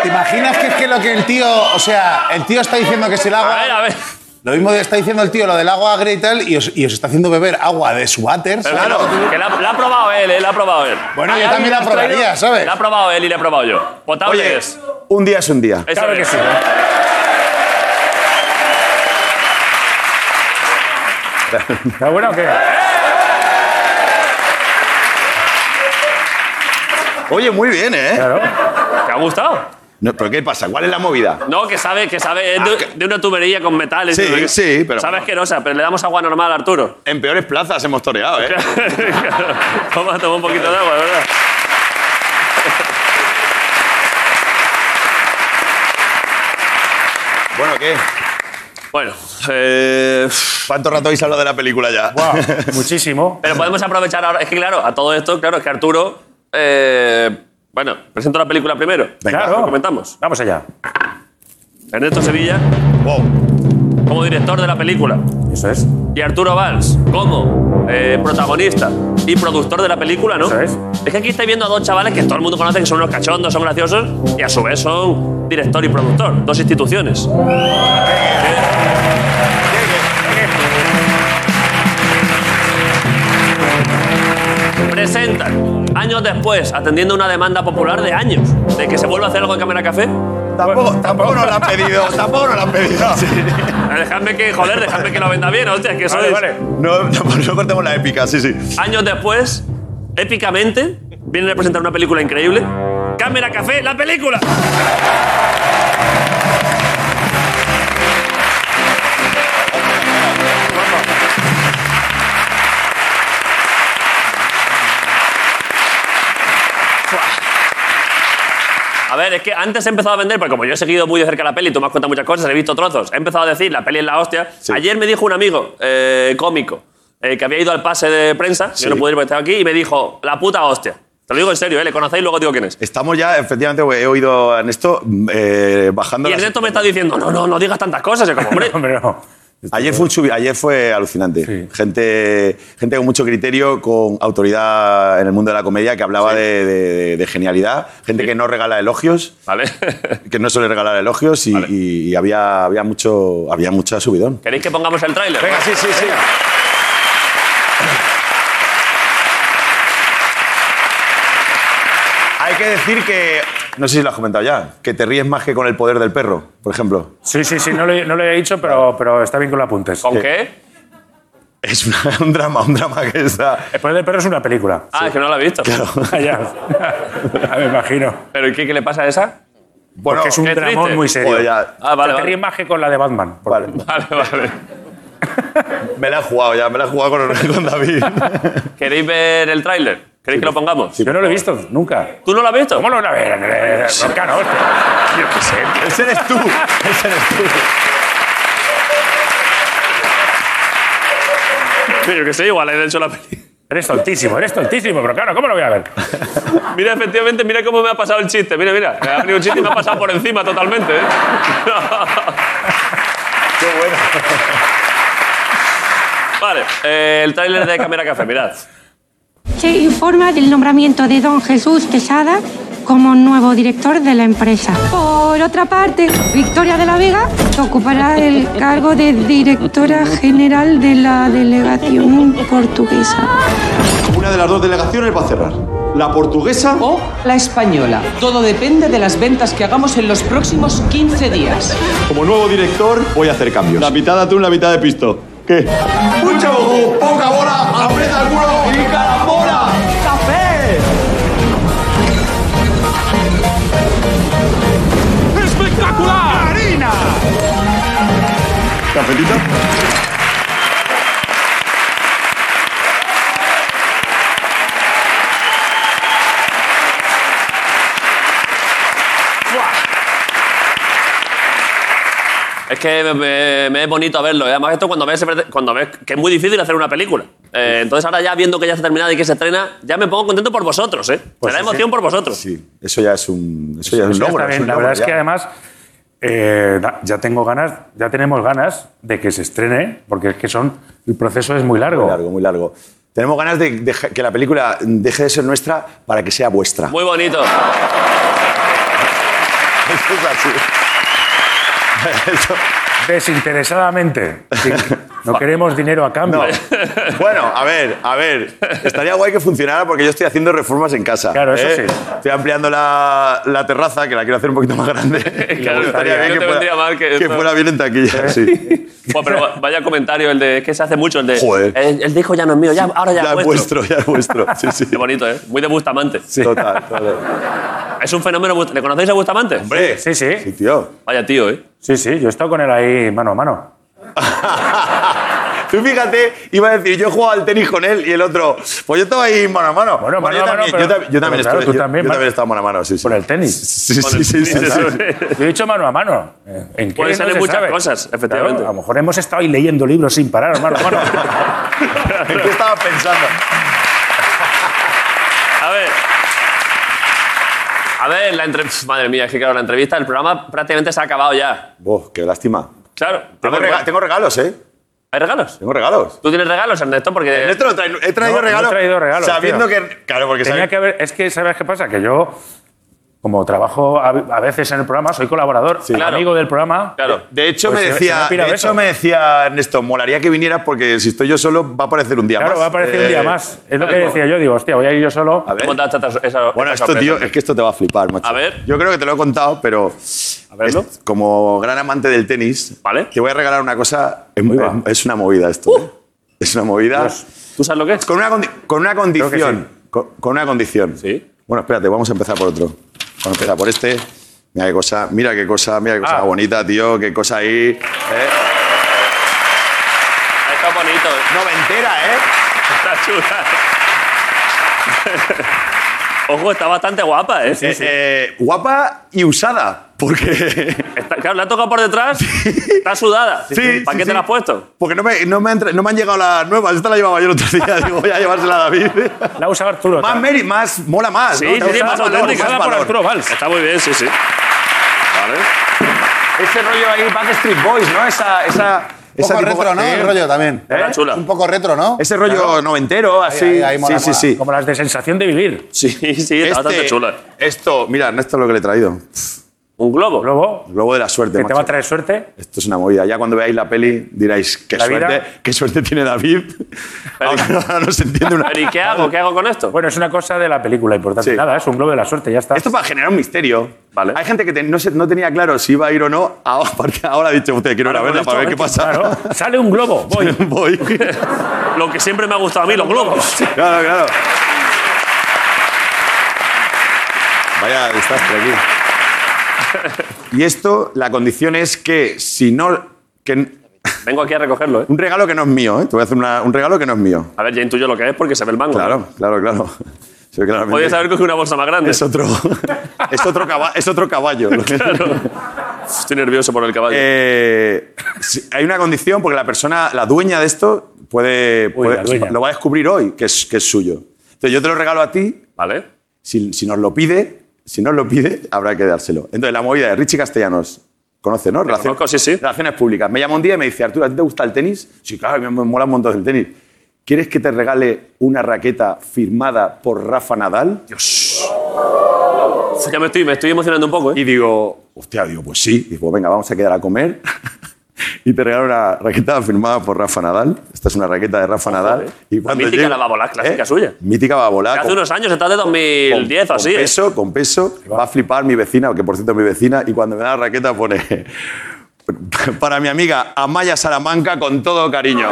C: ¿Te imaginas que es que lo que el tío. O sea, el tío está diciendo que si el agua.
A: A ver, a ver.
C: Lo mismo está diciendo el tío lo del agua agria y tal, y os, y os está haciendo beber agua de su váter.
A: Pero
C: ¿sabes?
A: claro, que la, la ha probado él, ¿eh? La ha probado él.
C: Bueno,
A: Ah,
C: yo
A: ya,
C: también
A: ya
C: la
A: has traído-
C: probaría, ¿sabes?
A: La ha probado él y la he probado yo. Potable
K: Oye,
A: es.
K: un día es un día.
A: Eso
J: Claro que
A: es.
J: sí. ¿Está buena o Ah, qué?
K: Oye, muy bien, ¿eh?
J: Claro.
A: ¿Te ha gustado?
K: No, ¿Pero qué pasa? ¿Cuál es la movida?
A: No, que sabe, que sabe, es de, de una tubería con metales.
K: Ah, Sí,
A: ¿no?
K: sí, pero-
A: Sabe asquerosa, pero le damos agua normal a Arturo.
K: En peores plazas hemos toreado, ¿eh?
A: Toma, toma un poquito de agua, de ¿verdad?
K: Bueno, ¿qué?
A: Bueno, eh,
K: ¿Cuánto rato habéis hablado de la película ya?
J: Guau, muchísimo.
A: pero podemos aprovechar ahora. Es que, claro, a todo esto, claro, es que Arturo. eh, bueno, presento la película primero.
K: Venga.
A: Lo
J: Claro.
A: comentamos.
J: Vamos allá.
A: Ernesto Sevilla,
K: Wow.
A: como director de la película.
J: Eso es.
A: y Arturo Valls como eh, protagonista y productor de la película, ¿no?
J: Eso es.
A: Es que aquí estáis viendo a dos chavales que todo el mundo conoce, que son unos cachondos, son graciosos, y a su vez son director y productor, dos instituciones. Presentan, años después, atendiendo una demanda popular de años, de que se vuelva a hacer algo en Cámara Café.
K: Tampoco, tampoco nos la han pedido, tampoco nos la han pedido.
A: Eh, Dejadme que, joder, dejadme que lo venda bien, hostia, que eso
J: Vale,
A: es...
J: vale.
K: No, no, pues no cortemos la épica, sí, sí.
A: Años después, épicamente, vienen a presentar una película increíble. Cámara Café, la película. A ver, es que antes he empezado a vender, porque como yo he seguido muy de cerca la peli, tú me has contado muchas cosas, he visto trozos, he empezado a decir, la peli es la hostia. Ayer me dijo un amigo eh, cómico eh, que había ido al pase de prensa, yo no pude ir porque estaba aquí, y me dijo, la puta hostia. Te lo digo en serio, eh, le conocéis, luego digo quién es.
K: Estamos ya, efectivamente, he oído a Ernesto eh, bajando
A: Y
K: las-
A: Ernesto me está diciendo, no, no, no digas tantas cosas. Y como, hombre,
K: Ayer fue, un subi- ayer fue alucinante. Gente, gente con mucho criterio, con autoridad en el mundo de la comedia, que hablaba de, de- de genialidad. Gente que no regala elogios. que no suele regalar elogios y, y- y había, había, mucho, había mucho subidón.
A: ¿queréis que pongamos el tráiler? Venga,
K: sí, sí, sí. Hay que decir que, no sé si lo has comentado ya, que te ríes más que con el poder del perro, por ejemplo.
J: Sí, sí, sí, no lo, he- no lo he dicho, pero, pero está bien que lo apuntes.
A: ¿Con qué?
K: Es una- un drama, un drama que está...
J: El poder del perro es una película.
A: Ah, es que no la he visto.
J: Ah, ya. Ah, Me imagino.
A: ¿Pero y qué, qué le pasa a esa?
J: Porque es un
A: qué
J: dramón
A: triste.
J: muy serio.
A: Joder, ya. Ah, vale,
J: Te
A: vale.
J: ríes más que con la de Batman. por ejemplo.
A: Vale, vale.
K: Me la he jugado ya, me la he jugado con, con David.
A: ¿Queréis ver el tráiler? ¿Queréis que lo pongamos?
J: Yo no lo he visto nunca.
A: ¿Tú no lo has visto?
J: ¿Cómo lo vas a ver? Eh, Bronca no. Yo qué sé.
K: Ese eres tú. Ese eres tú.
A: Yo que sé, igual he hecho la peli.
J: Eres tontísimo, eres tontísimo, pero claro, ¿cómo lo voy a ver?
A: Mira, efectivamente, mira cómo me ha pasado el chiste. Mira, mira. Me ha venido un chiste y me ha pasado por encima totalmente. ¿eh?
K: Qué bueno.
A: Vale, eh, el tráiler de Cámara Café, mirad.
M: Se informa del nombramiento de don Jesús Quesada como nuevo director de la empresa. Por otra parte, Victoria de la Vega ocupará el cargo de directora general de la delegación portuguesa.
N: Una de las dos delegaciones va a cerrar. La portuguesa o
O: La española. Todo depende de las ventas que hagamos en los próximos 15 días.
N: como nuevo director voy a hacer cambios. La mitad de atún, la mitad de pisto. ¿Qué?
L: Mucho ojo, poca bola, aprieta el culo y carambola. ¡Café! ¡Espectacular! ¡Harina!
N: ¿Cafetito?
A: Es que me, me- me es bonito verlo. ¿eh? Además, esto cuando ves, cuando ves que es muy difícil hacer una película. Eh, entonces, ahora ya viendo que ya está terminada y que se estrena, ya me pongo contento por vosotros, ¿eh? me da
J: sí,
A: emoción
J: sí.
A: por vosotros.
K: Eso ya es un, eso ya es un
J: Eso Pues ya
K: logro.
J: está
K: es
J: bien.
K: un
J: La
K: logro
J: verdad es
K: ya.
J: que además eh, da- ya tengo ganas, ya tenemos ganas de que se estrene, porque es que son el proceso es muy largo.
K: Muy largo, muy largo. Tenemos ganas de, de que la película deje de ser nuestra para que sea vuestra.
A: Muy bonito.
K: Eso es así. Eso-
J: Desinteresadamente. Sin- No queremos dinero a cambio.
K: Bueno, a ver, a ver. Estaría guay que funcionara porque yo estoy haciendo reformas en casa.
J: Claro, eso
K: ¿eh?
J: sí.
K: Estoy ampliando la, la terraza, que la quiero hacer un poquito más grande. Y
A: Claro,
K: estaría bien
A: no
K: que
A: te vendría
K: fuera,
A: mal que
K: que
A: esto-
K: fuera bien en taquilla, sí.
A: Buah, pero va- vaya comentario el de es que se hace mucho el de.
K: Joder.
A: El, el disco ya no es mío, ya, ahora ya,
K: Ya es vuestro, ya es vuestro. Sí, sí.
A: Qué bonito, ¿eh? Muy de Bustamante.
K: Total, total.
A: Es un fenómeno. Bust- ¿Le conocéis a Bustamante?
K: Hombre.
J: Sí, sí.
K: Sí, tío.
A: Vaya tío, ¿eh?
J: Sí, sí, yo he estado con él ahí mano a mano.
K: Tú fíjate, iba a decir, yo he jugado al tenis con él y el otro, pues yo estaba ahí mano a mano. Bueno,
J: mano
K: yo
J: a mano,
K: también,
J: pero-
K: yo tam- yo
J: pero
K: también
J: claro,
K: estuve-
J: tú
K: yo-
J: también,
K: yo
J: mano-
K: también estaba mano a mano, sí, sí.
J: Por el tenis.
K: Sí, sí, sí, sí, sí, sí.
J: Yo he dicho mano a mano. Eh, ¿En qué?
A: Pueden
J: No
A: salir
J: se
A: muchas
J: sabe.
A: cosas,
J: Claro,
A: efectivamente.
J: a lo mejor hemos estado ahí leyendo libros sin parar, mano a mano.
K: ¿En qué estaba pensando?
A: A ver. A ver, la entrevista. Madre mía, es que claro, la entrevista, el programa prácticamente se ha acabado ya.
K: Buah, qué lástima.
A: Claro.
K: Tengo,
A: A ver,
K: rega-
A: va-
K: tengo regalos, ¿eh?
A: ¿Hay regalos?
K: Tengo regalos.
A: ¿Tú tienes regalos, Ernesto? Porque.
K: Ernesto no trae- he traído
J: No, no he
K: regalos.
J: traído regalos,
K: Sabiendo
J: tío.
K: que. Claro, porque
J: Tenía
K: sabía
J: que haber, es que, ¿sabes qué pasa? Que yo, como trabajo a, a veces en el programa, soy colaborador,
K: Claro.
J: amigo del programa.
A: Claro.
K: De hecho,
J: Pues
K: me
J: se me- se me
K: decía,
J: ha pirado
K: de hecho,
J: eso.
K: me decía Ernesto, molaría que vinieras porque si estoy yo solo va a aparecer un día
J: Claro,
K: más.
J: va a aparecer un
K: Eh,
J: día más. Es lo que
A: claro.
J: decía yo, digo, hostia, voy a ir yo solo.
K: A ver.
A: ¿Cómo te has tratado esa-
K: Bueno,
A: esa
K: esto,
A: sorpresa?
K: tío, es que esto te va a flipar, macho.
A: A ver.
K: Yo creo que te lo he contado, pero.
A: verlo.
K: es- como gran amante del tenis, te voy a regalar una cosa. Es,
J: va.
K: es una movida esto. ¿eh? Es una movida.
A: ¿Tú sabes lo que es?
K: Con una, condi- con una
J: que
K: condición. Con, con una condición. Sí. Bueno, espérate, vamos a empezar por otro. Vamos a empezar por este. Mira qué cosa, mira qué cosa, mira qué cosa bonita, tío, qué cosa ahí. ¿eh?
A: Está bonito.
K: ¿eh? Noventera, ¿eh?
A: Está chula. Ojo, está bastante guapa, ¿eh?
K: Eh, eh, guapa y usada, porque...
A: Está- claro, la ha tocado por detrás, está sudada.
K: Sí,
A: ¿Para
K: sí,
A: qué
K: sí.
A: te la has puesto?
K: Porque no me, no, me han, tra- no me han llegado las nuevas. Esta la llevaba yo el otro día. Digo, voy a llevársela a David.
J: La usa Arturo.
K: Más mérito, más, mola más.
A: Sí,
K: ¿no?
A: sí,
K: Te
A: sí,
K: gusta
A: más
K: valor,
A: auténtica.
K: más
A: Hazla por
K: valor.
A: Arturo Valls. Está muy bien, sí, sí. Vale.
K: Ese rollo ahí, Backstreet Boys, ¿no? Esa... esa ¿eh?
C: Un poco retro, ¿no? El rollo también.
K: chula.
C: Un poco retro, ¿no?
K: Ese rollo
C: Claro.
K: noventero, así.
C: Ahí, ahí, ahí, mola,
K: sí,
C: mola.
K: sí, sí.
J: Como las de sensación de vivir.
A: Sí, sí, está bastante
J: eh.
A: chula.
K: Esto, mira, esto es lo que le he traído.
A: ¿Un globo?
J: Globo.
K: Globo de la suerte.
J: Que Este te
K: macho.
J: va a traer suerte.
K: Esto es una movida. Ya cuando veáis la peli diréis, qué
J: La vida.
K: suerte, qué suerte tiene David. Ahora no, ahora no se entiende una.
A: ¿Y qué hago? ¿Qué hago con esto?
J: Bueno, es una cosa de la película importante.
K: Sí.
J: Nada, es un globo de la suerte, ya está.
K: Esto para generar un misterio. Vale. Hay gente que te- no, se- no tenía claro si iba a ir o no. Ahora, porque ahora ha dicho, usted quiero ir a verla para ver qué pasa.
J: Sale un globo, voy.
K: voy.
A: Lo que siempre me ha gustado a mí, los globos.
K: Claro, claro. Vaya desastre aquí. Y esto, la condición es que si no. que-
A: Vengo aquí a recogerlo, ¿eh?
K: un regalo que no es mío, ¿eh? Te voy a hacer una- un regalo que no es mío.
A: A ver, ya intuyo lo que es porque se ve el mango.
K: Claro, claro, claro. Se ve claramente.
A: Podrías haber cogido una bolsa más grande.
K: Es otro, es otro, caba- es otro caballo.
A: Claro. Estoy nervioso por el caballo.
K: Eh, sí, hay una condición porque la persona, la dueña de esto, puede, puede-
A: la dueña.
K: lo va a descubrir hoy que es, que es suyo. Entonces yo te lo regalo a ti.
A: Vale.
K: Si, si nos lo pide, si nos lo pide, habrá que dárselo. Entonces la movida de Richie Castellanos. Conoce, ¿no? Relaciones, Relaciones públicas. Me llama un día y me dice, Arturo, ¿a ti te gusta el tenis? Sí, claro, me me mola un montón el tenis. ¿Quieres que te regale una raqueta firmada por Rafa Nadal?
A: Ya me estoy, me estoy emocionando un poco, ¿eh?
K: Y digo, hostia, digo, pues sí. Digo, venga, vamos a quedar a comer. y te regalo una raqueta firmada por Rafa Nadal. Esta es una raqueta de Rafa Nadal. Y cuando
A: eh. Mítica
K: llegue-
A: la babola clásica suya.
K: mítica va a volar.
A: Hace unos años, está de 2010 o
K: con
A: así. ¿eh?
K: peso, con peso. Va a flipar mi vecina, que por cierto es mi vecina. Y cuando me da la raqueta pone... Para mi amiga Amaya Salamanca, con todo cariño.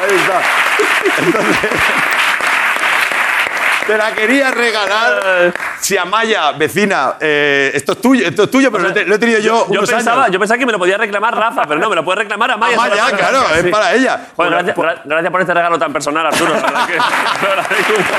K: Ahí está. Entonces, te la quería regalar. Si Amaya, vecina, eh, esto es tuyo, esto es tuyo, pero lo he te- lo he tenido yo, unos
A: pensaba,
K: años.
A: yo pensaba que me lo podía reclamar Rafa, pero no, me lo puede reclamar Amaya.
K: Amaya,
A: Solo-
K: claro, es para ella.
A: Joder, gracias, gra- gracias por este regalo tan personal, Arturo. La verdad que lo agradezco un montón.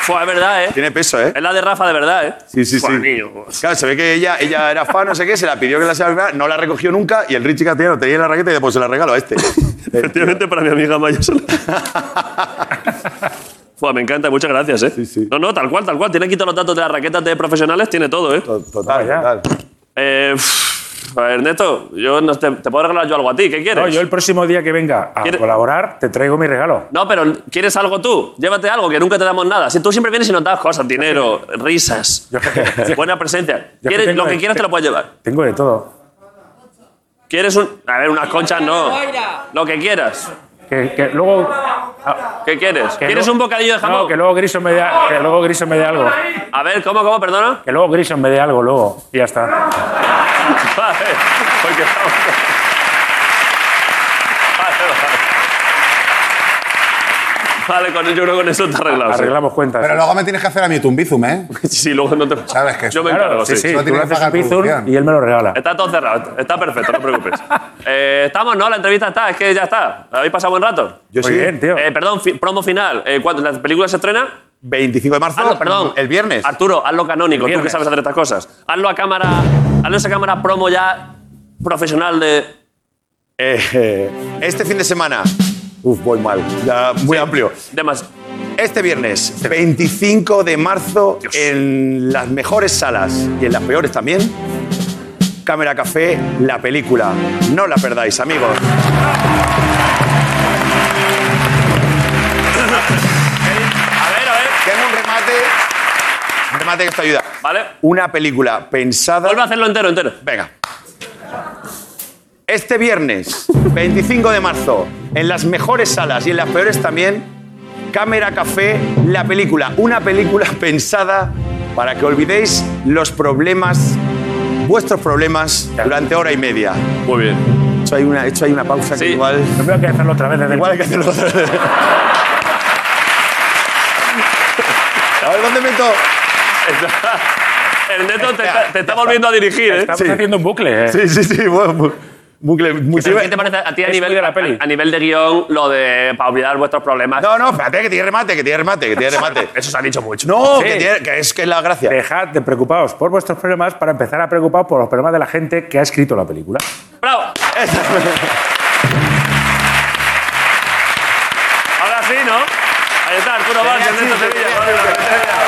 A: Fue, es verdad, ¿eh?
K: Tiene peso, ¿eh?
A: Es la de Rafa de verdad, ¿eh?
K: Sí, sí, sí.
A: Fue, niño.
K: Claro, se ve que ella, ella era fan, no sé qué, se la pidió que la sea no la recogió nunca y el Richie Castellano tenía la raqueta y después se la regalo a este.
A: Efectivamente, para mi amiga Maya Solana. Fua, me encanta, muchas gracias, ¿eh? No, no, tal cual, tal cual. Tiene aquí todos los datos de las raquetas de profesionales, tiene todo, ¿eh?
K: Total, total.
A: Eh, pff, a ver, Neto, yo no te, te puedo regalar yo algo a ti, ¿qué quieres?
J: No, yo el próximo día que venga a
A: ¿Quieres-
J: colaborar te traigo mi regalo.
A: No, pero ¿quieres algo tú? Llévate algo, que nunca te damos nada. Si tú siempre vienes y nos das cosas, dinero, risas, buena presencia.
J: Yo
A: ¿Quieres,
J: tengo
A: lo que
J: el-
A: quieras te lo puedes llevar.
J: Tengo de todo.
A: ¿Quieres un...? A ver, unas conchas no. Lo que quieras.
J: Que, que luego.
A: ¿Qué quieres?
J: que
A: ¿Quieres
J: lu-
A: un bocadillo de jamón?
J: No, que luego Griso me dé que luego Griso me dé algo.
A: A ver, ¿cómo, cómo? Perdona.
J: Que luego Griso me dé algo luego. Y ya está.
A: Vale, porque estamos- Vale, vale. Vale, con, yo creo que con eso te arreglado. sí.
J: Arreglamos cuentas.
C: Pero luego me tienes que hacer a mí tu bizum, ¿eh?
A: Sí, luego no te.
C: ¿Sabes qué?
A: Yo me encargo, sí. Eh,
J: sí, sí.
C: Solo
J: tú
C: tienes
J: le
C: que
J: haces
C: pagar
J: un bizum
C: producción.
J: y él me lo regala.
A: Está todo cerrado, está perfecto, no te preocupes. Eh, estamos, ¿no? La entrevista está, es que ya está. ¿Habéis pasado buen rato?
K: Yo
J: Muy
K: sí.
J: bien, tío.
A: Eh, perdón, fi- promo final. Eh, ¿Cuándo la película se estrena?
K: 25 de marzo.
A: Hazlo, Ah, perdón. Ah.
K: El viernes.
A: Arturo, hazlo canónico,
K: El
A: tú que
K: viernes.
A: sabes hacer estas cosas. Hazlo a cámara, hazlo a esa cámara promo ya profesional de.
K: Eh, eh, este fin de semana. Uf, voy mal. Ya, muy amplio.
A: de más.
K: Este viernes, 25 de marzo, en las mejores salas y en las peores también. Cámara Café, la película. No la perdáis, amigos.
A: A ver, a ver.
K: Tengo un remate. Un remate que esto ayuda.
A: Vale.
K: Una película pensada.
A: Vuelve a hacerlo entero, entero.
K: Venga. Este viernes, 25 de marzo, en las mejores salas y en las peores también, Cámara Café, la película. Una película pensada para que olvidéis los problemas, vuestros problemas, durante hora y media.
A: Muy bien.
K: He hecho ahí una, he hecho ahí una pausa que igual.
J: Yo creo que hay que hacerlo otra vez
A: eh,
J: desde el-
K: Igual hay que hacerlo. otra vez. A ver, ¿dónde meto?
A: Ernesto te, está- te está volviendo a dirigir, ¿eh?
J: Estamos haciendo un bucle. eh.
K: Sí, sí, sí. Bueno, bu- bucle,
A: ¿Pero
K: multiver-
A: ¿Qué te parece a ti a
K: Es
A: nivel,
K: muy de la
A: a- a nivel de guión lo de para olvidar vuestros problemas?
K: No, no, espérate, que tiene remate, que tiene remate, que tiene remate.
A: Eso se ha dicho mucho.
K: No,
A: Sí.
K: que, tiene- que es que es la gracia.
J: Dejad de preocuparos por vuestros problemas para empezar a preocuparos por los problemas de la gente que ha escrito la película.
A: ¡Bravo! Ahora sí, ¿no? Ahí está, Arturo Valls, Ernesto Sevilla. Vale, vale, vale.